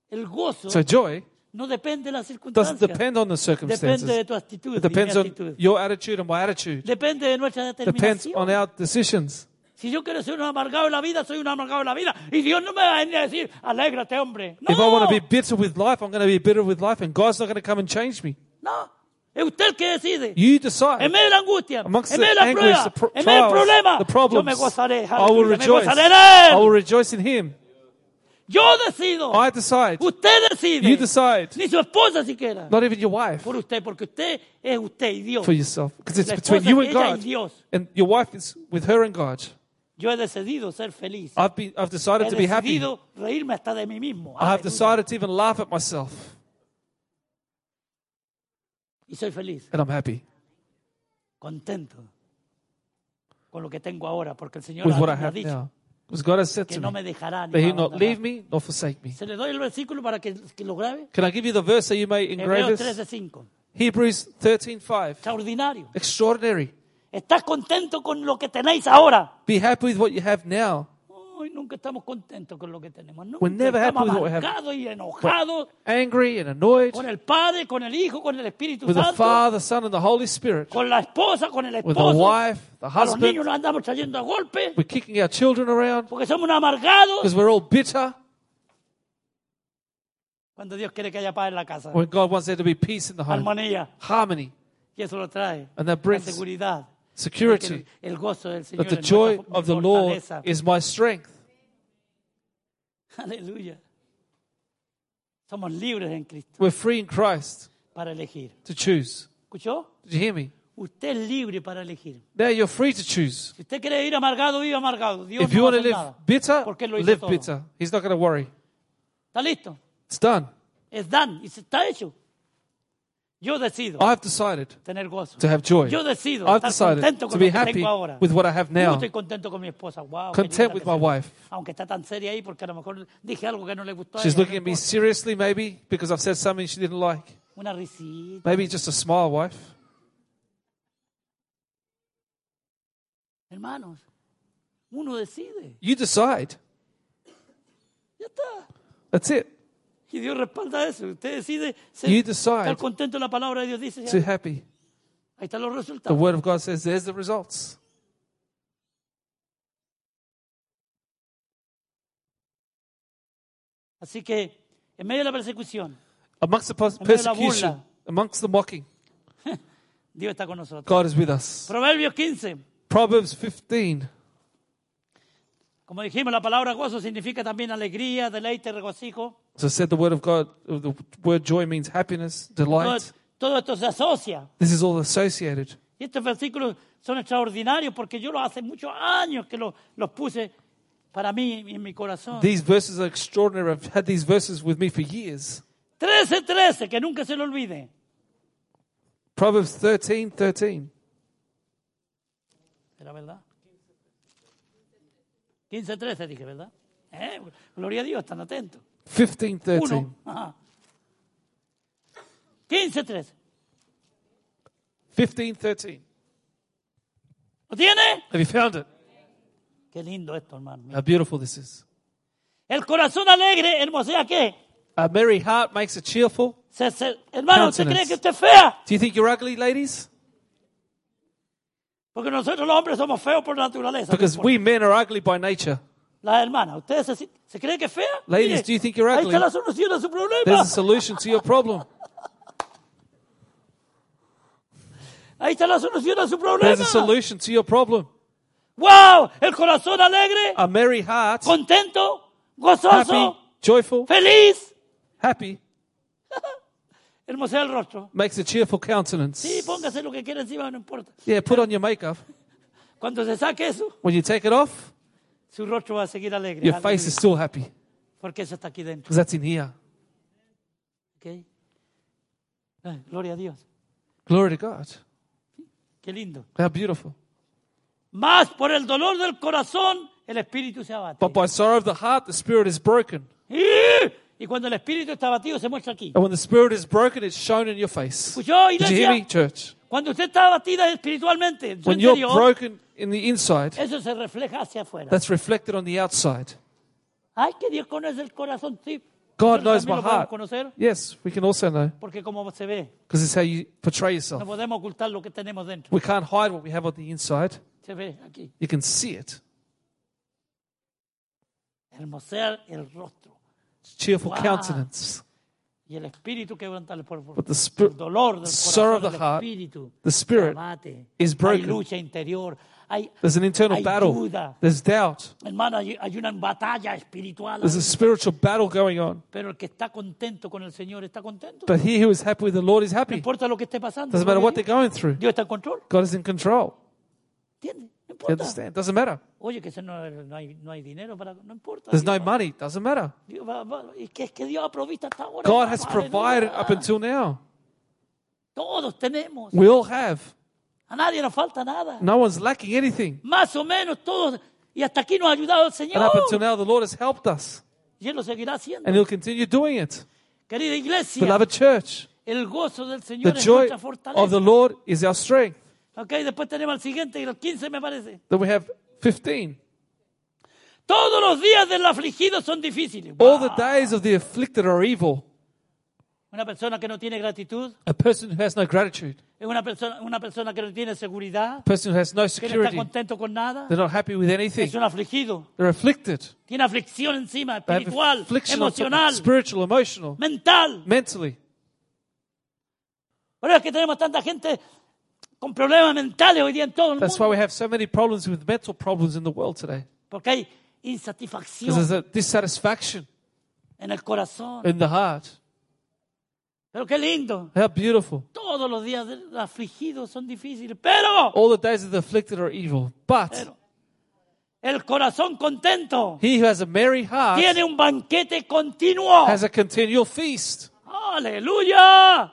Speaker 2: el gozo
Speaker 3: So joy
Speaker 2: no depende de las
Speaker 3: doesn't
Speaker 2: circunstancias.
Speaker 3: depend on the circumstances.
Speaker 2: Depende de tu actitud.
Speaker 3: It
Speaker 2: de mi
Speaker 3: depends on
Speaker 2: actitud.
Speaker 3: your attitude and my attitude.
Speaker 2: Depende de nuestra
Speaker 3: Depends
Speaker 2: determinación.
Speaker 3: on our decisions.
Speaker 2: Si yo quiero ser un amargado en la vida, soy un amargado en la vida. Y Dios no me va a venir a decir, alégrate, hombre. No,
Speaker 3: If I want to be bitter with life, I'm going to be bitter with life, and God's not going to come and change me.
Speaker 2: no. Es usted el que decide.
Speaker 3: You
Speaker 2: En
Speaker 3: decide.
Speaker 2: medio de la angustia,
Speaker 3: Amongst
Speaker 2: en medio de
Speaker 3: the
Speaker 2: la
Speaker 3: anguish,
Speaker 2: prueba,
Speaker 3: the pro-
Speaker 2: en medio del problema,
Speaker 3: trials,
Speaker 2: yo me
Speaker 3: the problems,
Speaker 2: gozaré.
Speaker 3: I will
Speaker 2: aleluya, me
Speaker 3: rejoice.
Speaker 2: gozaré en Él.
Speaker 3: I will rejoice in Him.
Speaker 2: Yo decido.
Speaker 3: I decide.
Speaker 2: Usted decide.
Speaker 3: You decide.
Speaker 2: Ni su esposa siquiera.
Speaker 3: Not even your wife
Speaker 2: Por usted, porque usted es usted y Dios.
Speaker 3: for yourself, because it's
Speaker 2: La
Speaker 3: between
Speaker 2: esposa
Speaker 3: you
Speaker 2: es
Speaker 3: and
Speaker 2: ella y
Speaker 3: God,
Speaker 2: Dios.
Speaker 3: and your wife is with her and God.
Speaker 2: Yo he decidido ser feliz.
Speaker 3: I've been, I've decided
Speaker 2: he
Speaker 3: to be happy.
Speaker 2: decidido reírme hasta de mí mismo.
Speaker 3: I
Speaker 2: Aleluya.
Speaker 3: have decided to even laugh at myself,
Speaker 2: Y soy feliz,
Speaker 3: and I'm happy
Speaker 2: contento con lo que tengo ahora, porque el Señor
Speaker 3: with what
Speaker 2: ha-
Speaker 3: I
Speaker 2: me ha
Speaker 3: have
Speaker 2: dicho
Speaker 3: now. Because God has said
Speaker 2: que
Speaker 3: to
Speaker 2: no me
Speaker 3: me
Speaker 2: dejará ni
Speaker 3: that
Speaker 2: me
Speaker 3: He'll not
Speaker 2: abandonará.
Speaker 3: leave me nor forsake me.
Speaker 2: Se le doy el versículo para que, que lo grabe.
Speaker 3: Can I give you the verse that you may engrave
Speaker 2: Hebreos
Speaker 3: this?
Speaker 2: 13, 5.
Speaker 3: Hebrews 13:5.
Speaker 2: Extraordinario.
Speaker 3: Extraordinary.
Speaker 2: ¿Estás contento con lo que tenéis ahora?
Speaker 3: Be happy with what you have now.
Speaker 2: Hoy nunca estamos contentos con lo que tenemos. Nunca
Speaker 3: We're never happy
Speaker 2: estamos
Speaker 3: with what we have.
Speaker 2: amargados y enojados
Speaker 3: Angry and annoyed
Speaker 2: con el Padre, con el Hijo, con el Espíritu
Speaker 3: with the
Speaker 2: Santo,
Speaker 3: Father, Son, and the Holy Spirit.
Speaker 2: con la esposa, con el
Speaker 3: With the
Speaker 2: esposo.
Speaker 3: wife, the
Speaker 2: a los niños
Speaker 3: husband.
Speaker 2: los andamos trayendo a golpes
Speaker 3: We're kicking our children around
Speaker 2: porque somos unos amargados
Speaker 3: because we're all bitter
Speaker 2: cuando Dios quiere que haya paz en la casa.
Speaker 3: when God wants there to be peace in the home.
Speaker 2: Armonía.
Speaker 3: Harmony,
Speaker 2: Y eso lo trae
Speaker 3: And that
Speaker 2: la
Speaker 3: brings
Speaker 2: seguridad. de que
Speaker 3: security.
Speaker 2: el, el gozo del Señor
Speaker 3: That the
Speaker 2: es nuestra
Speaker 3: joy
Speaker 2: fo-
Speaker 3: of the Lord
Speaker 2: fortaleza.
Speaker 3: is my strength.
Speaker 2: Aleluya. Somos libres en Cristo
Speaker 3: We're free in Christ
Speaker 2: para elegir.
Speaker 3: to choose.
Speaker 2: ¿Escuchó?
Speaker 3: Did you hear me?
Speaker 2: Usted es libre para elegir.
Speaker 3: Now you're free to choose.
Speaker 2: Si usted quiere ir amargado, vive amargado. Dios
Speaker 3: If
Speaker 2: no
Speaker 3: you
Speaker 2: va a
Speaker 3: want to
Speaker 2: hacer
Speaker 3: live
Speaker 2: nada.
Speaker 3: bitter,
Speaker 2: Porque Él lo hizo
Speaker 3: live
Speaker 2: todo.
Speaker 3: bitter. He's not going to worry.
Speaker 2: ¿Está listo?
Speaker 3: It's done.
Speaker 2: Es dan y se está hecho. Yo decido
Speaker 3: I've decided
Speaker 2: tener gozo.
Speaker 3: to have joy.
Speaker 2: Yo decido
Speaker 3: I've
Speaker 2: estar
Speaker 3: decided
Speaker 2: contento
Speaker 3: to
Speaker 2: con
Speaker 3: be
Speaker 2: lo que
Speaker 3: happy
Speaker 2: tengo ahora.
Speaker 3: with what I have
Speaker 2: Yo
Speaker 3: now.
Speaker 2: estoy contento con mi esposa. Wow, qué linda
Speaker 3: Content
Speaker 2: que
Speaker 3: with my
Speaker 2: soy.
Speaker 3: wife.
Speaker 2: Aunque está tan seria ahí porque a lo mejor dije algo que no le gustó. a
Speaker 3: She's
Speaker 2: ella,
Speaker 3: looking
Speaker 2: no
Speaker 3: at me
Speaker 2: importa.
Speaker 3: seriously, maybe, because I've said something she didn't like.
Speaker 2: Una risita.
Speaker 3: Maybe just a smile, wife.
Speaker 2: Hermanos, uno decide.
Speaker 3: You decide.
Speaker 2: Ya está.
Speaker 3: That's it.
Speaker 2: Y Dios respalda eso. Usted decide ser,
Speaker 3: You decide.
Speaker 2: estar contento. La palabra de Dios dice.
Speaker 3: Too happy.
Speaker 2: Ahí están los
Speaker 3: The
Speaker 2: resultados.
Speaker 3: Word of God says there's the results.
Speaker 2: Así que en medio de la persecución,
Speaker 3: Amongst the pers-
Speaker 2: En medio de la
Speaker 3: persecution,
Speaker 2: burla.
Speaker 3: amongst the mocking,
Speaker 2: Dios está con nosotros.
Speaker 3: God is with us.
Speaker 2: Proverbios 15.
Speaker 3: Proverbs 15.
Speaker 2: Como dijimos, la palabra gozo significa también alegría, deleite, regocijo.
Speaker 3: So said the word of God, the word joy means happiness,
Speaker 2: Todo,
Speaker 3: delight.
Speaker 2: todo esto se asocia.
Speaker 3: This is all associated.
Speaker 2: Y estos versículos son extraordinarios porque yo los hace muchos años que los, los puse para mí en mi corazón.
Speaker 3: These verses are extraordinary. I've had these verses with me for years.
Speaker 2: 13, 13, que nunca se lo olvide.
Speaker 3: Proverbs 13 13.
Speaker 2: ¿Era verdad? 15, 13 dije, ¿verdad? Eh, Gloria a Dios, están atentos.
Speaker 3: 15 13.
Speaker 2: Uno. Ajá. 15, 13.
Speaker 3: 15 13.
Speaker 2: ¿Lo tiene?
Speaker 3: Have you found it?
Speaker 2: Qué lindo esto, hermano.
Speaker 3: How beautiful this is.
Speaker 2: El corazón alegre, hermosea, ¿qué?
Speaker 3: A merry heart makes a cheerful.
Speaker 2: Se- se- hermano, ¿usted
Speaker 3: Countenance.
Speaker 2: cree que usted es fea?
Speaker 3: Do you think you're ugly, ladies?
Speaker 2: Porque nosotros los hombres somos feos por naturaleza.
Speaker 3: Because
Speaker 2: no importa.
Speaker 3: we men are ugly by nature.
Speaker 2: Las hermanas, ¿ustedes se, se cree que es fea?
Speaker 3: Ladies,
Speaker 2: Mire,
Speaker 3: do you think you're
Speaker 2: Ahí
Speaker 3: ugly?
Speaker 2: está la solución a su
Speaker 3: There's a
Speaker 2: problema.
Speaker 3: solution to your problem.
Speaker 2: Ahí está la solución a su
Speaker 3: There's a
Speaker 2: problema.
Speaker 3: solution to your problem.
Speaker 2: ¡Wow! El corazón alegre,
Speaker 3: A merry heart,
Speaker 2: contento, gozoso,
Speaker 3: Ah. happy, joyful,
Speaker 2: feliz.
Speaker 3: happy
Speaker 2: Hermosea el rostro.
Speaker 3: makes a cheerful countenance.
Speaker 2: Sí, póngase lo que quiera encima, no importa.
Speaker 3: Yeah, put on your makeup.
Speaker 2: Cuando se saque eso,
Speaker 3: When you take it off,
Speaker 2: su rostro va a seguir alegre.
Speaker 3: your
Speaker 2: Aleluya.
Speaker 3: face is still happy
Speaker 2: Porque eso está aquí dentro.
Speaker 3: because that's in here.
Speaker 2: ¿ok? Ay, gloria a Dios.
Speaker 3: Glory to God.
Speaker 2: Qué lindo.
Speaker 3: How beautiful.
Speaker 2: Más por el dolor del corazón, el espíritu se abate.
Speaker 3: But by sorrow of the heart, the spirit is broken.
Speaker 2: Y y cuando el espíritu está abatido, se muestra aquí.
Speaker 3: And when the spirit is broken, it's shown in your face.
Speaker 2: ¿Escuchó,
Speaker 3: Did you hear me,
Speaker 2: iglesia?
Speaker 3: church?
Speaker 2: Cuando usted está abatida espiritualmente, en su
Speaker 3: When you're
Speaker 2: interior,
Speaker 3: broken in the inside,
Speaker 2: eso se refleja hacia afuera.
Speaker 3: that's reflected on the outside.
Speaker 2: Ay, que Dios conoce el corazón, sí. Nosotros
Speaker 3: God knows
Speaker 2: también
Speaker 3: my
Speaker 2: lo podemos
Speaker 3: heart.
Speaker 2: conocer
Speaker 3: Yes, we can also know
Speaker 2: porque como se ve,
Speaker 3: because it's how you portray
Speaker 2: no
Speaker 3: yourself.
Speaker 2: podemos ocultar lo que tenemos dentro.
Speaker 3: We can't hide what we have on the inside.
Speaker 2: Se ve aquí.
Speaker 3: You can see it.
Speaker 2: Hermosear el rostro
Speaker 3: It's cheerful
Speaker 2: Wow.
Speaker 3: countenance.
Speaker 2: y el espíritu quebrantarle por favor.
Speaker 3: But the
Speaker 2: El
Speaker 3: spirit,
Speaker 2: dolor del
Speaker 3: sorrow
Speaker 2: corazón,
Speaker 3: of the
Speaker 2: el
Speaker 3: heart,
Speaker 2: espíritu.
Speaker 3: the spirit
Speaker 2: Abate.
Speaker 3: is broken.
Speaker 2: Hay lucha interior. Hay,
Speaker 3: there's an internal
Speaker 2: hay
Speaker 3: battle.
Speaker 2: duda.
Speaker 3: There's doubt.
Speaker 2: Hermano, hay, hay una batalla espiritual.
Speaker 3: There's a spiritual battle going on.
Speaker 2: Pero el que está contento con el Señor está contento.
Speaker 3: But he who is happy with the Lord is
Speaker 2: No
Speaker 3: happy.
Speaker 2: importa lo que esté pasando.
Speaker 3: Doesn't matter
Speaker 2: gloria a
Speaker 3: what they're
Speaker 2: Dios.
Speaker 3: going through.
Speaker 2: Dios está en control.
Speaker 3: God is in control.
Speaker 2: ¿Entiendes? No
Speaker 3: You
Speaker 2: importa.
Speaker 3: understand? Doesn't matter.
Speaker 2: Oye, que se no, no hay, no hay dinero para... No importa.
Speaker 3: There's
Speaker 2: Dios
Speaker 3: no
Speaker 2: va-
Speaker 3: money. Doesn't matter.
Speaker 2: Dios va- va- es, que, es que Dios ha provisto hasta ahora.
Speaker 3: God has
Speaker 2: hermano,
Speaker 3: provided
Speaker 2: aleluya.
Speaker 3: up until now.
Speaker 2: Todos tenemos.
Speaker 3: We all have.
Speaker 2: A nadie nos falta nada.
Speaker 3: No one's lacking anything.
Speaker 2: Más o menos todos. Y hasta aquí nos ha ayudado el
Speaker 3: And up until
Speaker 2: Señor.
Speaker 3: now, the Lord has helped us.
Speaker 2: Y Él lo seguirá haciendo.
Speaker 3: And he'll continue doing it.
Speaker 2: Querida iglesia,
Speaker 3: Beloved church,
Speaker 2: el gozo del
Speaker 3: the
Speaker 2: Señor es
Speaker 3: joy
Speaker 2: nuestra
Speaker 3: of
Speaker 2: fortaleza.
Speaker 3: the Lord is our strength.
Speaker 2: Ok, después tenemos el siguiente, el 15 me parece.
Speaker 3: Then we have 15.
Speaker 2: Todos los días del afligido son difíciles.
Speaker 3: All
Speaker 2: Wow.
Speaker 3: the days of the afflicted are evil.
Speaker 2: Una persona que no tiene gratitud
Speaker 3: A person who has no gratitude,
Speaker 2: es una persona, una persona que no tiene seguridad,
Speaker 3: a person who has
Speaker 2: que
Speaker 3: no
Speaker 2: no está
Speaker 3: security,
Speaker 2: contento con nada,
Speaker 3: they're not happy with anything.
Speaker 2: es un afligido.
Speaker 3: They're afflicted.
Speaker 2: Tiene aflicción encima,
Speaker 3: They have
Speaker 2: espiritual,
Speaker 3: affliction, on top-
Speaker 2: emocional,
Speaker 3: spiritual, emotional,
Speaker 2: mental.
Speaker 3: mentally.
Speaker 2: Por eso es que tenemos tanta gente con problemas mentales hoy día en todo el
Speaker 3: That's why
Speaker 2: mundo.
Speaker 3: we have so many problems with mental problems in the world today.
Speaker 2: Porque hay
Speaker 3: Because
Speaker 2: insatisfacción
Speaker 3: there's a dissatisfaction
Speaker 2: en el corazón.
Speaker 3: in the heart.
Speaker 2: Pero qué lindo.
Speaker 3: How beautiful.
Speaker 2: Todos los días del afligido son difíciles, pero
Speaker 3: All the days of the afflicted are evil. But
Speaker 2: Pero el corazón contento
Speaker 3: he who has a merry heart
Speaker 2: tiene un banquete continuo.
Speaker 3: has a continual feast.
Speaker 2: Aleluya.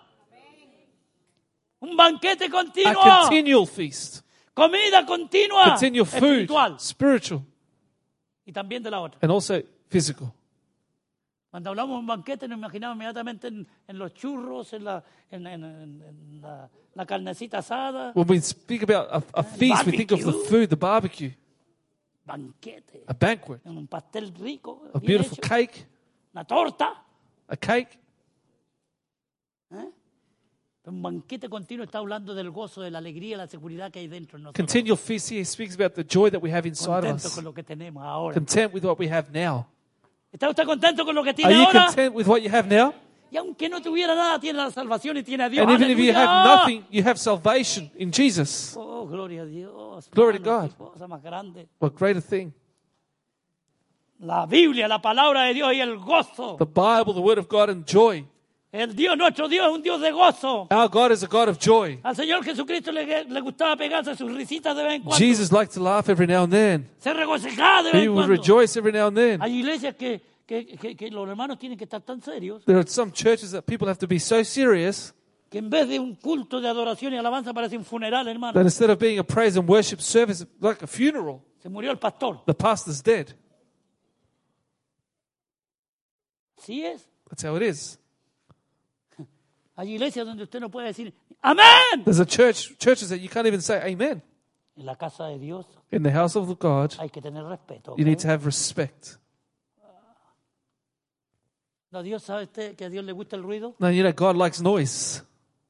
Speaker 2: Un banquete
Speaker 3: A
Speaker 2: continuo.
Speaker 3: continual feast.
Speaker 2: Comida continua.
Speaker 3: Continual food.
Speaker 2: Ah, Espiritual.
Speaker 3: Spiritual.
Speaker 2: Y también de la otra.
Speaker 3: And also physical.
Speaker 2: Cuando hablamos de un banquete nos imaginamos inmediatamente en, en los churros, en la, en, en- en- en la, la carnecita asada.
Speaker 3: When we speak about a, a feast, we think of the
Speaker 2: barbecue.
Speaker 3: food, the barbecue,
Speaker 2: Banquete.
Speaker 3: a banquet,
Speaker 2: Un pastel rico.
Speaker 3: a
Speaker 2: bien
Speaker 3: beautiful
Speaker 2: hecho,
Speaker 3: cake,
Speaker 2: Una torta.
Speaker 3: a cake.
Speaker 2: Un banquete continuo está hablando del gozo, de la alegría, la seguridad que hay dentro de nosotros.
Speaker 3: Continual feast here speaks about the joy that we have inside of
Speaker 2: contento
Speaker 3: us.
Speaker 2: con lo que tenemos ahora.
Speaker 3: Content with what we have now.
Speaker 2: ¿Está usted contento con lo que
Speaker 3: Are
Speaker 2: tiene
Speaker 3: you
Speaker 2: ahora?
Speaker 3: content with what you have now?
Speaker 2: Y aunque no tuviera nada, tiene la salvación y tiene a Dios.
Speaker 3: And even if you
Speaker 2: ¡Aleluya!
Speaker 3: have nothing, you have salvation in Jesus.
Speaker 2: Oh, gloria a Dios.
Speaker 3: Glory to
Speaker 2: hermano,
Speaker 3: God.
Speaker 2: qué cosa más grande.
Speaker 3: What greater thing?
Speaker 2: La Biblia, la palabra de Dios y el gozo
Speaker 3: The Bible, the Word of God, and joy.
Speaker 2: El Dios, nuestro Dios, es un Dios de gozo.
Speaker 3: Our God is a God of joy.
Speaker 2: Al Señor Jesucristo le, le gustaba pegarse sus risitas de vez en cuando.
Speaker 3: Jesus liked to laugh every now and then.
Speaker 2: Se regocijaba de vez
Speaker 3: He
Speaker 2: en
Speaker 3: would
Speaker 2: cuando.
Speaker 3: rejoice every now and then.
Speaker 2: Hay iglesias que, que, que- que los hermanos tienen que estar tan serios
Speaker 3: There are some churches that people have to be so serious
Speaker 2: que en vez de un culto de adoración y alabanza parece un funeral, hermano.
Speaker 3: that instead of being a praise and worship service like a funeral,
Speaker 2: Se murió el pastor.
Speaker 3: the pastor's dead.
Speaker 2: Así es.
Speaker 3: That's how it is.
Speaker 2: Hay iglesias donde usted no puede decir ¡Amén!
Speaker 3: There's a church churches that you can't even say amen.
Speaker 2: En la casa de Dios
Speaker 3: In the house of God,
Speaker 2: hay que tener respeto.
Speaker 3: you
Speaker 2: ¿ok?
Speaker 3: need to have respect.
Speaker 2: No, Dios sabe usted que a Dios le gusta el ruido
Speaker 3: Now you know God likes noise.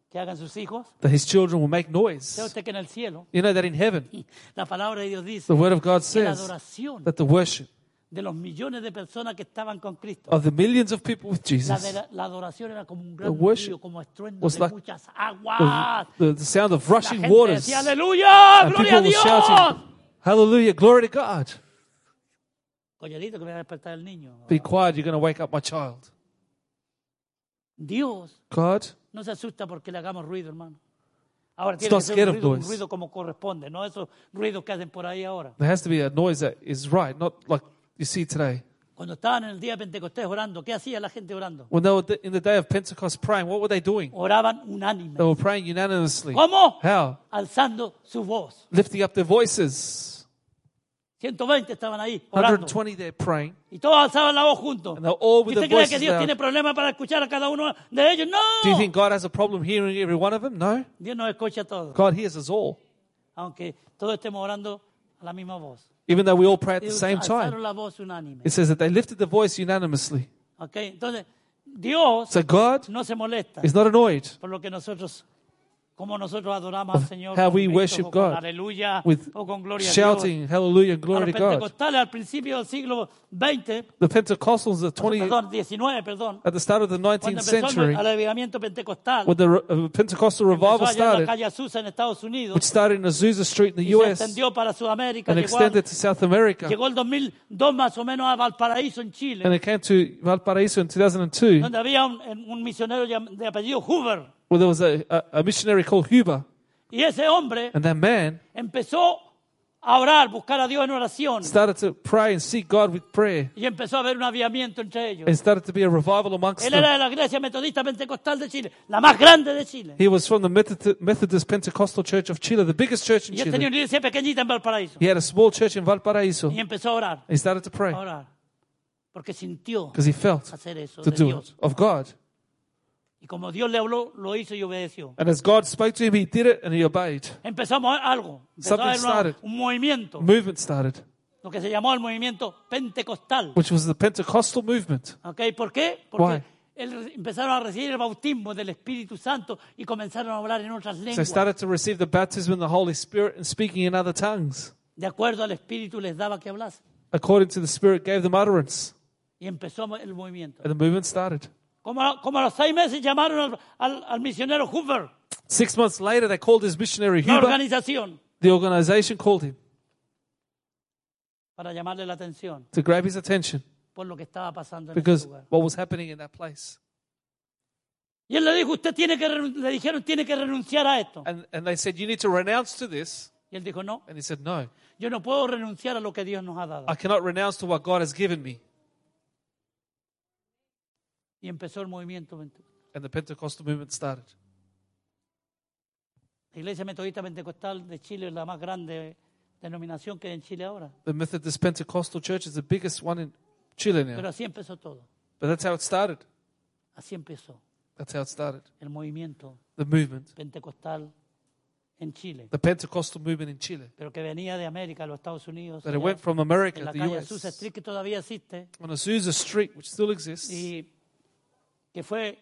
Speaker 2: que hagan sus hijos.
Speaker 3: That his children will make
Speaker 2: Sabe
Speaker 3: noise.
Speaker 2: usted que en el cielo
Speaker 3: You know that in heaven,
Speaker 2: la palabra de Dios dice
Speaker 3: the word of God
Speaker 2: que la
Speaker 3: says
Speaker 2: adoración
Speaker 3: that the worship
Speaker 2: de los millones de personas que estaban con Cristo
Speaker 3: of the millions of people with
Speaker 2: La,
Speaker 3: Jesus,
Speaker 2: de- la adoración era como un gran
Speaker 3: worship
Speaker 2: río, como estruendo
Speaker 3: was
Speaker 2: de
Speaker 3: like
Speaker 2: muchas aguas.
Speaker 3: the, the, the sound of
Speaker 2: la
Speaker 3: rushing
Speaker 2: gente
Speaker 3: waters,
Speaker 2: decía, ¡Aleluya!
Speaker 3: and
Speaker 2: ¡Gloria a
Speaker 3: people were
Speaker 2: Dios!
Speaker 3: shouting, Hallelujah, glory to God.
Speaker 2: Coñadito, que me va a despertar el niño.
Speaker 3: Be quiet, you're going to wake up my child.
Speaker 2: Dios
Speaker 3: God
Speaker 2: no se asusta porque le hagamos ruido, hermano. Ahora
Speaker 3: not
Speaker 2: tiene que ser
Speaker 3: scared
Speaker 2: un
Speaker 3: of
Speaker 2: ruido, un
Speaker 3: noise.
Speaker 2: ruido como corresponde, no esos ruidos que hacen por ahí ahora.
Speaker 3: There has to be a noise that is right, not like you see today.
Speaker 2: Cuando estaban en el día de Pentecostés orando, ¿qué hacía la gente orando?
Speaker 3: When they were in the day of Pentecost praying, what were they doing?
Speaker 2: Oraban
Speaker 3: They
Speaker 2: unánime.
Speaker 3: were praying unanimously.
Speaker 2: ¿Cómo?
Speaker 3: How?
Speaker 2: Alzando su voz.
Speaker 3: Lifting up their voices.
Speaker 2: 120 estaban ahí orando.
Speaker 3: 120 there praying,
Speaker 2: Y todos alzaban la voz juntos.
Speaker 3: and they're all with
Speaker 2: ¿Usted
Speaker 3: their
Speaker 2: cree que
Speaker 3: voices
Speaker 2: Dios tiene
Speaker 3: loud.
Speaker 2: problemas para escuchar a cada uno de ellos?
Speaker 3: Do you
Speaker 2: No.
Speaker 3: think God has a problem hearing every one of them? No.
Speaker 2: Dios nos escucha a todos,
Speaker 3: God hears us all,
Speaker 2: aunque todos estemos orando a la misma voz.
Speaker 3: even though we all pray at the
Speaker 2: Ellos
Speaker 3: same
Speaker 2: alzaron
Speaker 3: time.
Speaker 2: la voz unánime.
Speaker 3: It says that they lifted the voice unanimously.
Speaker 2: ¿ok? Entonces, Dios
Speaker 3: So God
Speaker 2: no se molesta
Speaker 3: is not annoyed
Speaker 2: por lo que nosotros, como nosotros adoramos al Señor,
Speaker 3: how
Speaker 2: con
Speaker 3: we
Speaker 2: gritos
Speaker 3: worship
Speaker 2: o con
Speaker 3: God
Speaker 2: aleluya
Speaker 3: with
Speaker 2: o Oh, con gloria a Dios.
Speaker 3: shouting hallelujah and
Speaker 2: A
Speaker 3: glory
Speaker 2: los
Speaker 3: to God.
Speaker 2: pentecostales al principio del siglo XX,
Speaker 3: The Pentecostals at, 20,
Speaker 2: perdón, 19, perdón,
Speaker 3: at the start of the
Speaker 2: cuando
Speaker 3: 19th
Speaker 2: empezó
Speaker 3: century,
Speaker 2: el avivamiento pentecostal,
Speaker 3: when the re- uh,
Speaker 2: empezó
Speaker 3: Pentecostal revival
Speaker 2: allá en la
Speaker 3: started,
Speaker 2: calle Azusa en Estados
Speaker 3: which
Speaker 2: Unidos,
Speaker 3: started in Azusa Street in the
Speaker 2: y se
Speaker 3: US
Speaker 2: extendió para Sudamérica,
Speaker 3: and
Speaker 2: llegó a-
Speaker 3: extended to South America,
Speaker 2: Llegó el 2002 más o menos a Valparaíso, en Chile,
Speaker 3: and it came to Valparaiso in 2002,
Speaker 2: donde había un, en- un misionero llam- de apellido Hoover.
Speaker 3: where there was a, a, a missionary called Huber,
Speaker 2: Y ese hombre
Speaker 3: and that man
Speaker 2: empezó a orar, buscar a Dios en oración.
Speaker 3: started to pray and seek God with prayer,
Speaker 2: Y empezó a haber un aviamiento entre ellos.
Speaker 3: and started to be a revival amongst
Speaker 2: Él
Speaker 3: them.
Speaker 2: era de la iglesia metodista pentecostal de Chile, la más grande de Chile.
Speaker 3: He was from the Methodist- Methodist Pentecostal Church of Chile, the biggest church in
Speaker 2: Y él tenía
Speaker 3: Chile.
Speaker 2: una iglesia pequeñita en Valparaíso.
Speaker 3: He had a small church in Valparaiso.
Speaker 2: Y empezó a orar,
Speaker 3: He started to pray
Speaker 2: a orar. Porque sintió
Speaker 3: because he felt
Speaker 2: hacer eso
Speaker 3: to
Speaker 2: de
Speaker 3: do it
Speaker 2: Dios.
Speaker 3: of God.
Speaker 2: Y como Dios le habló, lo hizo y obedeció.
Speaker 3: And as God spoke to him, he did it and he obeyed.
Speaker 2: Empezamos algo. Empezó a
Speaker 3: Something
Speaker 2: haber una-
Speaker 3: started.
Speaker 2: un movimiento.
Speaker 3: Movement started,
Speaker 2: lo que se llamó el movimiento pentecostal.
Speaker 3: which was the Pentecostal movement.
Speaker 2: ¿ok? ¿Por qué? Porque
Speaker 3: Why?
Speaker 2: el- empezaron a recibir el bautismo del Espíritu Santo y comenzaron a hablar en otras
Speaker 3: So they
Speaker 2: lenguas.
Speaker 3: started to receive the baptism in the Holy Spirit and speaking in other tongues,
Speaker 2: de acuerdo al Espíritu les daba que hablase.
Speaker 3: according to the Spirit gave them utterance.
Speaker 2: Y empezó el movimiento.
Speaker 3: And the movement started.
Speaker 2: Como a, como a los seis meses llamaron al, al- al misionero Hoover,
Speaker 3: Six months later, they called his missionary
Speaker 2: la
Speaker 3: Huber.
Speaker 2: organización,
Speaker 3: The organization called him
Speaker 2: para llamarle la atención
Speaker 3: to grab his attention
Speaker 2: por lo que estaba pasando en ese
Speaker 3: because
Speaker 2: lugar.
Speaker 3: what was happening in that place.
Speaker 2: Y él le dijo, usted tiene que, renun- le dijeron, tiene que renunciar a esto.
Speaker 3: And, and they said, You need to renounce to this.
Speaker 2: Y él dijo, no,
Speaker 3: And he said, No,
Speaker 2: yo no puedo renunciar a lo que Dios nos ha dado.
Speaker 3: I cannot renounce to what God has given me.
Speaker 2: Y empezó el movimiento. pentecostal.
Speaker 3: And the Pentecostal movement started.
Speaker 2: La Iglesia Metodista Pentecostal de Chile es la más grande denominación que hay en Chile ahora.
Speaker 3: The Methodist Pentecostal Church is the biggest one in Chile
Speaker 2: Pero
Speaker 3: now.
Speaker 2: así empezó todo.
Speaker 3: But that's how it started.
Speaker 2: Así empezó
Speaker 3: That's how it started.
Speaker 2: el movimiento
Speaker 3: The movement,
Speaker 2: pentecostal en Chile,
Speaker 3: the Pentecostal movement in Chile.
Speaker 2: pero que venía de América, los Estados Unidos,
Speaker 3: That it
Speaker 2: allá
Speaker 3: went from America,
Speaker 2: en la
Speaker 3: the
Speaker 2: calle Azusa
Speaker 3: US,
Speaker 2: Street que todavía existe
Speaker 3: on Azusa Street, which still exists.
Speaker 2: y que fue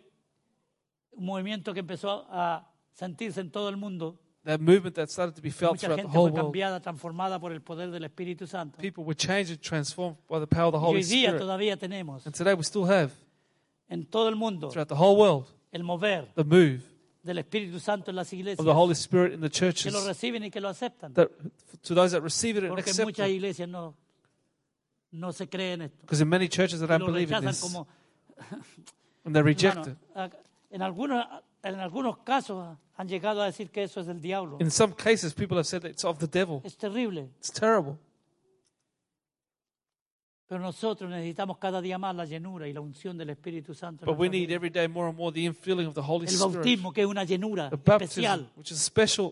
Speaker 2: un movimiento que empezó a sentirse en todo el mundo.
Speaker 3: That movement that started to be felt
Speaker 2: Mucha
Speaker 3: throughout the
Speaker 2: gente
Speaker 3: whole
Speaker 2: fue
Speaker 3: world.
Speaker 2: cambiada, transformada por el poder del Espíritu Santo. Y
Speaker 3: People were changed and transformed by the power of the Holy
Speaker 2: hoy día
Speaker 3: Spirit.
Speaker 2: todavía tenemos
Speaker 3: And today we still have,
Speaker 2: en todo el mundo
Speaker 3: throughout the whole world,
Speaker 2: el mover
Speaker 3: the move
Speaker 2: del Espíritu Santo en las
Speaker 3: of
Speaker 2: iglesias,
Speaker 3: the Holy Spirit in the
Speaker 2: que lo
Speaker 3: churches.
Speaker 2: reciben y que lo aceptan.
Speaker 3: That, to those that receive it and
Speaker 2: Porque
Speaker 3: accept
Speaker 2: muchas
Speaker 3: it.
Speaker 2: iglesias no, no se creen esto.
Speaker 3: Because in many churches that
Speaker 2: Y
Speaker 3: don't
Speaker 2: Lo
Speaker 3: believe in
Speaker 2: rechazan
Speaker 3: this,
Speaker 2: como.
Speaker 3: and they reject
Speaker 2: hermano,
Speaker 3: it.
Speaker 2: ac- en algunos, en algunos casos han llegado a decir que eso es del diablo.
Speaker 3: In some cases, people have said it's of the devil.
Speaker 2: Es terrible,
Speaker 3: It's terrible.
Speaker 2: pero nosotros necesitamos cada día más la llenura y la unción del Espíritu Santo. en
Speaker 3: But we
Speaker 2: nuestra
Speaker 3: need
Speaker 2: vida.
Speaker 3: every day more and more the infilling of the Holy
Speaker 2: El
Speaker 3: Spirit.
Speaker 2: bautismo, que es una llenura
Speaker 3: The
Speaker 2: especial,
Speaker 3: baptism, which is special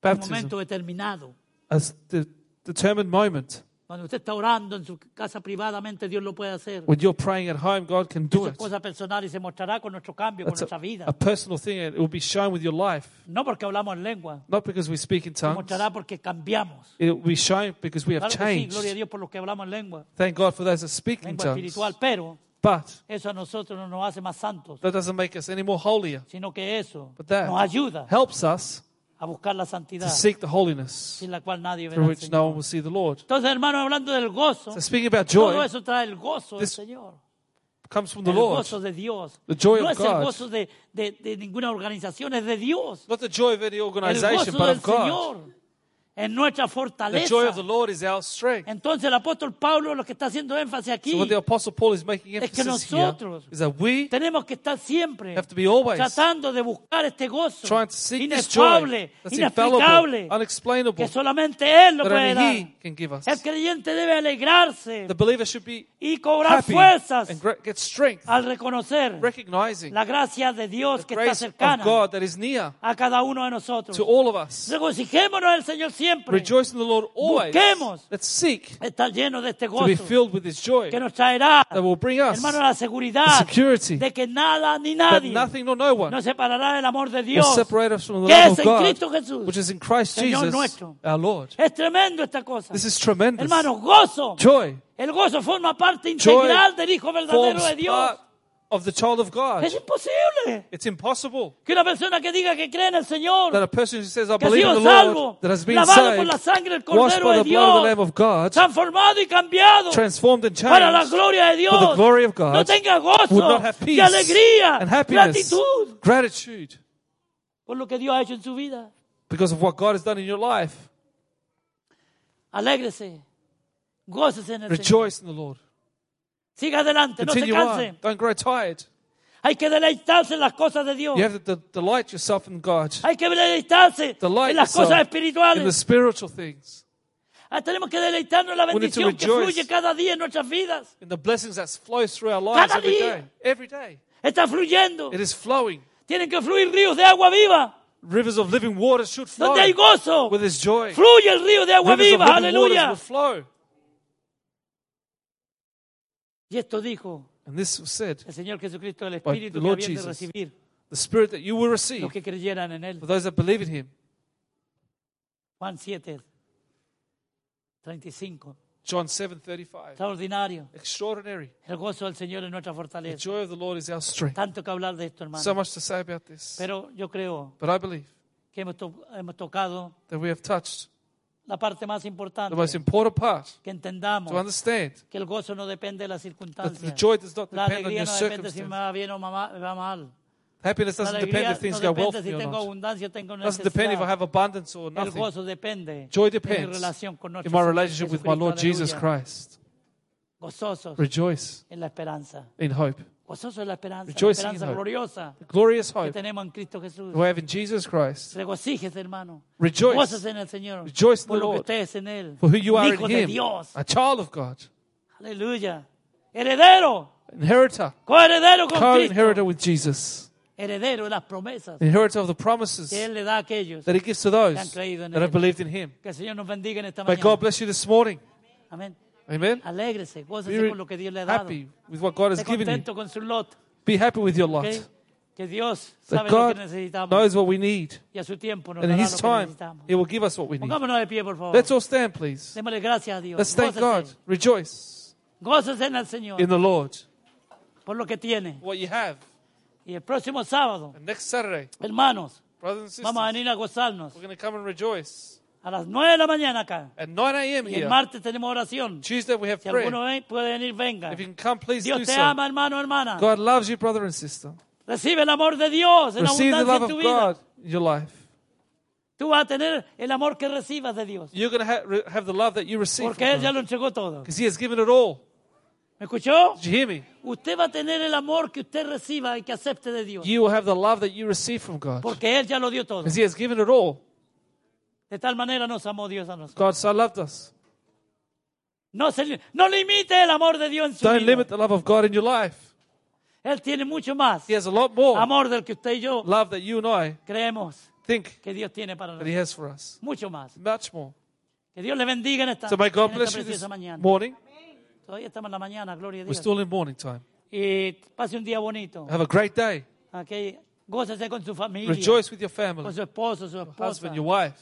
Speaker 2: un momento
Speaker 3: baptism,
Speaker 2: determinado.
Speaker 3: as the determined moment.
Speaker 2: Cuando usted está orando en su casa privadamente, Dios lo puede hacer.
Speaker 3: When you're praying at home, God can do
Speaker 2: Eso es
Speaker 3: it.
Speaker 2: cosa personal y se mostrará con nuestro cambio, con
Speaker 3: That's
Speaker 2: nuestra
Speaker 3: a,
Speaker 2: vida.
Speaker 3: a personal thing, and it will be shown with your life.
Speaker 2: No porque hablamos en lengua,
Speaker 3: Not because we speak in
Speaker 2: se
Speaker 3: tongues.
Speaker 2: mostrará porque cambiamos.
Speaker 3: It will be shown because we have
Speaker 2: Claro que sí,
Speaker 3: changed.
Speaker 2: gloria a Dios por los que hablamos en lengua,
Speaker 3: Thank God for those that speak in
Speaker 2: lengua
Speaker 3: tongues.
Speaker 2: espiritual, pero
Speaker 3: But
Speaker 2: eso a nosotros no nos hace más santos,
Speaker 3: that doesn't make us any more holier.
Speaker 2: sino que eso
Speaker 3: But that-
Speaker 2: nos ayuda
Speaker 3: Helps us
Speaker 2: a buscar la
Speaker 3: to
Speaker 2: santidad
Speaker 3: seek the holiness
Speaker 2: sin la cual nadie verá
Speaker 3: through
Speaker 2: al
Speaker 3: which no one
Speaker 2: Señor.
Speaker 3: will see the Lord.
Speaker 2: Entonces, hermanos, hablando del gozo,
Speaker 3: So speaking about
Speaker 2: todo
Speaker 3: joy
Speaker 2: eso trae el gozo del
Speaker 3: this-
Speaker 2: Señor.
Speaker 3: comes from the
Speaker 2: El
Speaker 3: Lord.
Speaker 2: gozo de Dios.
Speaker 3: The joy
Speaker 2: No
Speaker 3: of
Speaker 2: es el
Speaker 3: God.
Speaker 2: gozo de, de- de ninguna organización, es de Dios.
Speaker 3: Not the joy of any
Speaker 2: El
Speaker 3: organization,
Speaker 2: gozo
Speaker 3: but
Speaker 2: del
Speaker 3: of God.
Speaker 2: Señor es nuestra
Speaker 3: The joy
Speaker 2: fortaleza.
Speaker 3: of the Lord is our strength.
Speaker 2: Entonces el apóstol Pablo lo que está haciendo énfasis
Speaker 3: So
Speaker 2: aquí,
Speaker 3: what the Apostle Paul is making
Speaker 2: Es que
Speaker 3: emphasis here
Speaker 2: nosotros
Speaker 3: is that we
Speaker 2: tenemos que estar siempre
Speaker 3: have to be always
Speaker 2: tratando de buscar este gozo
Speaker 3: trying to seek this joy
Speaker 2: inefable,
Speaker 3: that's infallible,
Speaker 2: inexplicable,
Speaker 3: unexplainable,
Speaker 2: que solamente Él lo
Speaker 3: that
Speaker 2: puede
Speaker 3: only He
Speaker 2: dar.
Speaker 3: can give us.
Speaker 2: El creyente debe alegrarse
Speaker 3: The believer should be
Speaker 2: y cobrar
Speaker 3: happy
Speaker 2: fuerzas
Speaker 3: and gra- get strength,
Speaker 2: al reconocer
Speaker 3: recognizing
Speaker 2: la gracia de Dios que está
Speaker 3: the grace of
Speaker 2: cercana
Speaker 3: God that is near
Speaker 2: a cada uno de nosotros.
Speaker 3: to all of us.
Speaker 2: Regocijémonos en el Señor siempre.
Speaker 3: Rejoice in the Lord always.
Speaker 2: Busquemos.
Speaker 3: Let's seek
Speaker 2: Estar lleno de este
Speaker 3: to be
Speaker 2: gozo
Speaker 3: filled with His joy
Speaker 2: que nos traerá,
Speaker 3: that will bring us
Speaker 2: hermano, la
Speaker 3: the
Speaker 2: seguridad
Speaker 3: security
Speaker 2: de que nada ni
Speaker 3: that
Speaker 2: nadie
Speaker 3: nothing nor no one
Speaker 2: nos separará del amor de
Speaker 3: will
Speaker 2: Dios.
Speaker 3: separate us from the
Speaker 2: que es
Speaker 3: love of
Speaker 2: en Cristo
Speaker 3: God,
Speaker 2: Jesús,
Speaker 3: which is in Christ
Speaker 2: Señor
Speaker 3: Jesus,
Speaker 2: nuestro.
Speaker 3: our Lord.
Speaker 2: Es tremendo esta cosa.
Speaker 3: This is tremendous.
Speaker 2: Hermanos, gozo.
Speaker 3: Joy
Speaker 2: El gozo forma parte
Speaker 3: Joy
Speaker 2: integral del Hijo verdadero de
Speaker 3: forms
Speaker 2: Dios.
Speaker 3: part of the child of God.
Speaker 2: Es imposible
Speaker 3: It's impossible
Speaker 2: que una persona que diga que cree en el
Speaker 3: that
Speaker 2: Señor,
Speaker 3: a person who says, I
Speaker 2: que ha
Speaker 3: believe in
Speaker 2: sido
Speaker 3: the Lord,
Speaker 2: salvo,
Speaker 3: that has been
Speaker 2: lavado por la
Speaker 3: saved,
Speaker 2: sangre del
Speaker 3: washed
Speaker 2: Cordero
Speaker 3: by
Speaker 2: de
Speaker 3: the blood of the Lamb
Speaker 2: Dios,
Speaker 3: of God,
Speaker 2: transformado y cambiado
Speaker 3: transformed and
Speaker 2: para la
Speaker 3: changed,
Speaker 2: gloria de
Speaker 3: for the
Speaker 2: Dios,
Speaker 3: glory of God,
Speaker 2: no tenga
Speaker 3: would
Speaker 2: gozo
Speaker 3: not have
Speaker 2: y
Speaker 3: peace
Speaker 2: alegría,
Speaker 3: and happiness,
Speaker 2: gratitud
Speaker 3: gratitude,
Speaker 2: por lo que Dios ha hecho en su vida.
Speaker 3: because of what God has done in your life.
Speaker 2: Alégrese, gócese en el Señor.
Speaker 3: Rejoice in the Lord.
Speaker 2: Siga adelante, no se
Speaker 3: Continue
Speaker 2: canse.
Speaker 3: on. Don't grow tired.
Speaker 2: Hay que deleitarse en las cosas de Dios.
Speaker 3: You have to de- delight yourself in God,
Speaker 2: Hay que deleitarse
Speaker 3: Delight
Speaker 2: en las
Speaker 3: yourself
Speaker 2: cosas
Speaker 3: uh, in the
Speaker 2: espirituales.
Speaker 3: spiritual things,
Speaker 2: Ah, Tenemos que deleitarnos en la
Speaker 3: need to
Speaker 2: bendición que
Speaker 3: rejoice.
Speaker 2: fluye cada día en nuestras vidas.
Speaker 3: in the blessings that flows through our lives
Speaker 2: Cada
Speaker 3: every
Speaker 2: día.
Speaker 3: day. Every day.
Speaker 2: Está fluyendo.
Speaker 3: It is flowing.
Speaker 2: Tienen que fluir ríos de agua viva.
Speaker 3: Rivers of living water should flow
Speaker 2: Donde hay gozo,
Speaker 3: with His joy.
Speaker 2: fluye el río de agua
Speaker 3: Rivers of
Speaker 2: viva.
Speaker 3: living waters will
Speaker 2: Aleluya.
Speaker 3: flow.
Speaker 2: Y esto dijo
Speaker 3: And this was said,
Speaker 2: el Señor Jesucristo, el
Speaker 3: the
Speaker 2: Espíritu que
Speaker 3: Lord
Speaker 2: habían de
Speaker 3: Jesus.
Speaker 2: recibir
Speaker 3: the Spirit that you will receive
Speaker 2: los que creyeran en Él.
Speaker 3: for those that believe in Him.
Speaker 2: Juan 7, 35.
Speaker 3: John 7:35.
Speaker 2: Extraordinario.
Speaker 3: Extraordinary.
Speaker 2: El gozo del Señor es nuestra
Speaker 3: The
Speaker 2: fortaleza.
Speaker 3: joy of the Lord is our strength.
Speaker 2: Tanto que hablar de esto,
Speaker 3: So
Speaker 2: hermano.
Speaker 3: much to say about this.
Speaker 2: Pero yo creo
Speaker 3: But I believe
Speaker 2: que hemos, to- hemos tocado
Speaker 3: that we have touched
Speaker 2: la parte más importante,
Speaker 3: the most important part
Speaker 2: que
Speaker 3: to
Speaker 2: entendamos
Speaker 3: understand
Speaker 2: que el gozo no depende de las
Speaker 3: that the
Speaker 2: circunstancias.
Speaker 3: joy does not
Speaker 2: La
Speaker 3: depend on
Speaker 2: alegría
Speaker 3: your
Speaker 2: no depende si me
Speaker 3: circumstances.
Speaker 2: va bien o me va me va mal.
Speaker 3: Happiness
Speaker 2: La
Speaker 3: doesn't depend
Speaker 2: alegría
Speaker 3: if things
Speaker 2: uh, no
Speaker 3: go well for
Speaker 2: depende si
Speaker 3: you or
Speaker 2: tengo
Speaker 3: not.
Speaker 2: abundancia, tengo
Speaker 3: Doesn't depend if I
Speaker 2: necesidad.
Speaker 3: have abundance or
Speaker 2: El
Speaker 3: nothing.
Speaker 2: gozo depende
Speaker 3: Joy
Speaker 2: de mi
Speaker 3: depends
Speaker 2: relación con nuestro
Speaker 3: in my
Speaker 2: Señor
Speaker 3: relationship with my
Speaker 2: Jesucristo.
Speaker 3: Lord Jesus
Speaker 2: Aleluya.
Speaker 3: Christ.
Speaker 2: Gozosos
Speaker 3: Rejoice
Speaker 2: en la esperanza.
Speaker 3: in hope.
Speaker 2: Gozosos en la esperanza. La
Speaker 3: Rejoicing in
Speaker 2: esperanza
Speaker 3: hope.
Speaker 2: gloriosa
Speaker 3: Glorious
Speaker 2: que
Speaker 3: hope
Speaker 2: tenemos en Cristo Jesús.
Speaker 3: we have in Jesus Christ.
Speaker 2: Regocíjese, hermano.
Speaker 3: Rejoice.
Speaker 2: Gózese en el Señor.
Speaker 3: Rejoice in
Speaker 2: por
Speaker 3: the
Speaker 2: lo que
Speaker 3: Lord.
Speaker 2: usted es en Él.
Speaker 3: For who you
Speaker 2: Un
Speaker 3: are
Speaker 2: hijo
Speaker 3: in
Speaker 2: de
Speaker 3: Him,
Speaker 2: Dios.
Speaker 3: a child of God,
Speaker 2: Aleluya. Heredero.
Speaker 3: inheritor,
Speaker 2: Coheredero con Cristo.
Speaker 3: co-inheritor with Jesus,
Speaker 2: Heredero de las promesas
Speaker 3: inheritor of the promises
Speaker 2: que Él le da a aquellos.
Speaker 3: that He gives to those
Speaker 2: Que han creído en
Speaker 3: that have
Speaker 2: él.
Speaker 3: believed in Him.
Speaker 2: Que el Señor nos bendiga en esta
Speaker 3: May God
Speaker 2: mañana.
Speaker 3: bless you this morning.
Speaker 2: Amén.
Speaker 3: Amen.
Speaker 2: Alégrese, gócese
Speaker 3: Be
Speaker 2: con lo que Dios le ha dado.
Speaker 3: happy with what God has
Speaker 2: Esté
Speaker 3: given you.
Speaker 2: contento con su lot.
Speaker 3: Be happy with your
Speaker 2: ¿ok?
Speaker 3: lot.
Speaker 2: Que Dios
Speaker 3: That
Speaker 2: sabe lo que
Speaker 3: God
Speaker 2: necesitamos
Speaker 3: knows what we need,
Speaker 2: y a su tiempo nos
Speaker 3: and
Speaker 2: dará
Speaker 3: in
Speaker 2: lo
Speaker 3: His
Speaker 2: que
Speaker 3: time,
Speaker 2: necesitamos.
Speaker 3: He will give us what we need.
Speaker 2: Pongámonos de pie, por favor.
Speaker 3: Let's all stand, please.
Speaker 2: Démosle gracias a Dios.
Speaker 3: Let's thank God.
Speaker 2: Gócese.
Speaker 3: Rejoice
Speaker 2: Gócese en el Señor
Speaker 3: in the Lord.
Speaker 2: por lo que tiene.
Speaker 3: What you have.
Speaker 2: Y el próximo sábado,
Speaker 3: And next Saturday,
Speaker 2: hermanos,
Speaker 3: brothers and
Speaker 2: vamos a
Speaker 3: sisters,
Speaker 2: venir a gozarnos
Speaker 3: we're going to come and rejoice.
Speaker 2: a las 9 de la mañana acá.
Speaker 3: At 9 a.m.
Speaker 2: Y el
Speaker 3: here,
Speaker 2: martes tenemos oración.
Speaker 3: Tuesday we have
Speaker 2: Si
Speaker 3: prayer.
Speaker 2: alguno ven- puede venir, venga.
Speaker 3: If you can come, please do
Speaker 2: Dios te
Speaker 3: so.
Speaker 2: ama, hermano, hermana.
Speaker 3: God loves you, brother and sister.
Speaker 2: Recibe el amor de Dios en
Speaker 3: Receive the
Speaker 2: abundancia
Speaker 3: love
Speaker 2: en
Speaker 3: of
Speaker 2: tu vida.
Speaker 3: God in your life.
Speaker 2: Tú vas a tener el amor que recibas de Dios.
Speaker 3: You're going to ha- re- have the love that you receive
Speaker 2: Porque Él
Speaker 3: from
Speaker 2: ya
Speaker 3: God.
Speaker 2: lo entregó todo.
Speaker 3: Because He has given it all.
Speaker 2: ¿Me escuchó?
Speaker 3: Did you hear me?
Speaker 2: Usted va a tener el amor que usted reciba y que acepte de Dios.
Speaker 3: You will have the love that you receive from God.
Speaker 2: Porque Él ya lo dio todo.
Speaker 3: Because He has given it all.
Speaker 2: De tal manera nos amó Dios a nosotros.
Speaker 3: God so loved us.
Speaker 2: No, se li- no limite el amor de Dios en su
Speaker 3: Don't
Speaker 2: vida.
Speaker 3: limit the love of God in your life.
Speaker 2: Él tiene mucho más
Speaker 3: He has a lot more
Speaker 2: amor del que usted y yo
Speaker 3: love that you and I
Speaker 2: creemos
Speaker 3: think
Speaker 2: que Dios tiene para
Speaker 3: that He
Speaker 2: nosotros.
Speaker 3: has for us.
Speaker 2: Mucho más.
Speaker 3: Much more.
Speaker 2: Que Dios le bendiga en esta,
Speaker 3: So may God
Speaker 2: en esta
Speaker 3: bless you this
Speaker 2: preciosa mañana.
Speaker 3: morning.
Speaker 2: Todavía estamos en la mañana, gloria a
Speaker 3: We're
Speaker 2: Dios.
Speaker 3: still in morning time.
Speaker 2: Y pase un día bonito.
Speaker 3: Have a great day.
Speaker 2: Aquí, gócese con su familia,
Speaker 3: Rejoice with your
Speaker 2: con
Speaker 3: family,
Speaker 2: su esposo, su esposa,
Speaker 3: husband, your wife,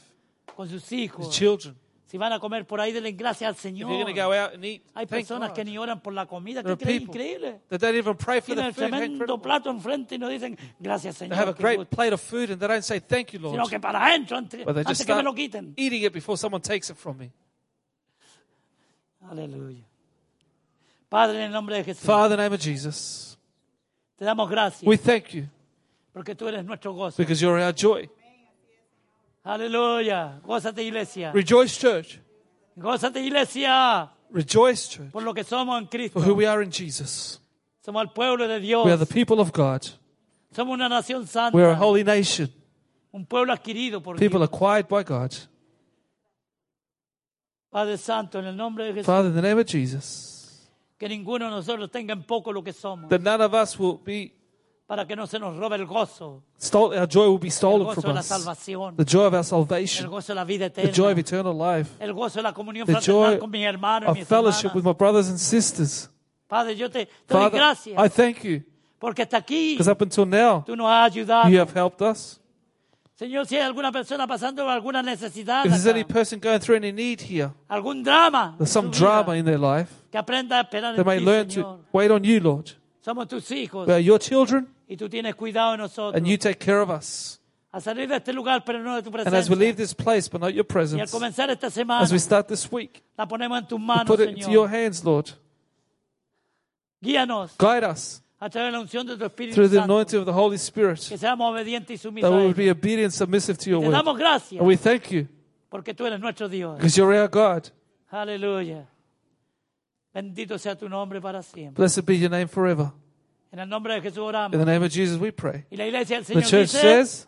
Speaker 2: con sus
Speaker 3: your
Speaker 2: hijos.
Speaker 3: children.
Speaker 2: Si van a comer por ahí, denle gracias al
Speaker 3: If
Speaker 2: Señor.
Speaker 3: you're going to go out and eat,
Speaker 2: Hay
Speaker 3: thank
Speaker 2: personas que
Speaker 3: God.
Speaker 2: ni oran por la comida,
Speaker 3: There
Speaker 2: que
Speaker 3: are
Speaker 2: creen
Speaker 3: people
Speaker 2: increíble.
Speaker 3: They don't even pray for
Speaker 2: Tienen
Speaker 3: the
Speaker 2: el
Speaker 3: food. How
Speaker 2: tremendo
Speaker 3: incredible.
Speaker 2: plato enfrente y no dicen gracias
Speaker 3: They have a
Speaker 2: Señor, qué
Speaker 3: great
Speaker 2: gusto",
Speaker 3: plate of food and they don't say thank you,
Speaker 2: sino
Speaker 3: Lord.
Speaker 2: que para adentro, entre-
Speaker 3: But they just
Speaker 2: antes que me
Speaker 3: start
Speaker 2: lo quiten.
Speaker 3: eating it before someone takes it from me.
Speaker 2: Aleluya. Padre, en el nombre de Jesús,
Speaker 3: Father, in the name of Jesus,
Speaker 2: te damos gracias
Speaker 3: we thank you
Speaker 2: porque tú eres nuestro gozo.
Speaker 3: because you're our joy.
Speaker 2: Aleluya. Gózate, iglesia.
Speaker 3: Rejoice, church.
Speaker 2: Gózate, iglesia,
Speaker 3: Rejoice, church,
Speaker 2: por lo que somos en Cristo.
Speaker 3: for who we are in Jesus.
Speaker 2: Somos el pueblo de Dios.
Speaker 3: We are the people of God.
Speaker 2: Somos una nación
Speaker 3: We are
Speaker 2: santa.
Speaker 3: a holy nation.
Speaker 2: Un pueblo adquirido por
Speaker 3: People
Speaker 2: Dios.
Speaker 3: acquired by God.
Speaker 2: Padre Santo, en el nombre de Jesús,
Speaker 3: Father, in the name of Jesus,
Speaker 2: que ninguno de nosotros tenga en poco lo que somos,
Speaker 3: that none of us will be
Speaker 2: para que no se nos robe el gozo,
Speaker 3: stole, our joy will be
Speaker 2: el
Speaker 3: stolen
Speaker 2: gozo
Speaker 3: from
Speaker 2: de la
Speaker 3: us.
Speaker 2: salvación,
Speaker 3: The joy of our
Speaker 2: el
Speaker 3: salvation,
Speaker 2: gozo de la vida
Speaker 3: the joy of
Speaker 2: eterna,
Speaker 3: eternal life,
Speaker 2: el gozo de la comunión
Speaker 3: the joy
Speaker 2: fraternal con mis hermanos y
Speaker 3: of
Speaker 2: mis
Speaker 3: fellowship with
Speaker 2: hermanas.
Speaker 3: my brothers and sisters.
Speaker 2: Padre, yo te, te doy
Speaker 3: Father, I
Speaker 2: gracias
Speaker 3: thank you
Speaker 2: porque hasta aquí
Speaker 3: because up until now,
Speaker 2: tú nos has ayudado.
Speaker 3: you have helped us.
Speaker 2: Señor, si hay alguna persona pasando por alguna necesidad,
Speaker 3: If there's
Speaker 2: acá,
Speaker 3: any person going through any need here,
Speaker 2: algún drama, en
Speaker 3: there's some
Speaker 2: su vida,
Speaker 3: drama in their life,
Speaker 2: que aprenda a esperar
Speaker 3: they
Speaker 2: en
Speaker 3: may
Speaker 2: ti,
Speaker 3: learn to
Speaker 2: Señor.
Speaker 3: wait on you, Lord.
Speaker 2: Somos tus hijos
Speaker 3: We are your children,
Speaker 2: y tú tienes cuidado de nosotros.
Speaker 3: and you take care of us.
Speaker 2: a salir de este lugar, pero no de tu
Speaker 3: And as we leave
Speaker 2: presencia.
Speaker 3: this place, but not your
Speaker 2: Y al
Speaker 3: presence,
Speaker 2: comenzar esta semana,
Speaker 3: as we start this week,
Speaker 2: la ponemos en tus
Speaker 3: we
Speaker 2: manos,
Speaker 3: put it into your
Speaker 2: Señor.
Speaker 3: hands, Lord.
Speaker 2: Guíanos
Speaker 3: Guide us
Speaker 2: a través de la unción de tu Espíritu
Speaker 3: through the
Speaker 2: Santo.
Speaker 3: anointing of the Holy Spirit.
Speaker 2: Que seamos obedientes y
Speaker 3: that
Speaker 2: sumisos. a
Speaker 3: we
Speaker 2: Él.
Speaker 3: would be obedient and submissive to your
Speaker 2: Te
Speaker 3: word.
Speaker 2: damos gracias
Speaker 3: And we thank you
Speaker 2: porque tú eres nuestro Dios.
Speaker 3: because you're our God.
Speaker 2: Aleluya. Bendito sea tu nombre para siempre.
Speaker 3: Blessed be your name forever.
Speaker 2: En el nombre de Jesús
Speaker 3: In
Speaker 2: oramos.
Speaker 3: the name of Jesus, we pray.
Speaker 2: Y la iglesia del
Speaker 3: The
Speaker 2: Señor
Speaker 3: church
Speaker 2: dice,
Speaker 3: says,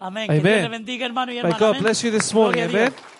Speaker 2: amén. Que Dios
Speaker 3: Amen.
Speaker 2: te bendiga, hermano y
Speaker 3: May
Speaker 2: hermana.
Speaker 3: God
Speaker 2: Amén.
Speaker 3: bless you this morning.
Speaker 2: Gloria a Dios.
Speaker 3: Amen.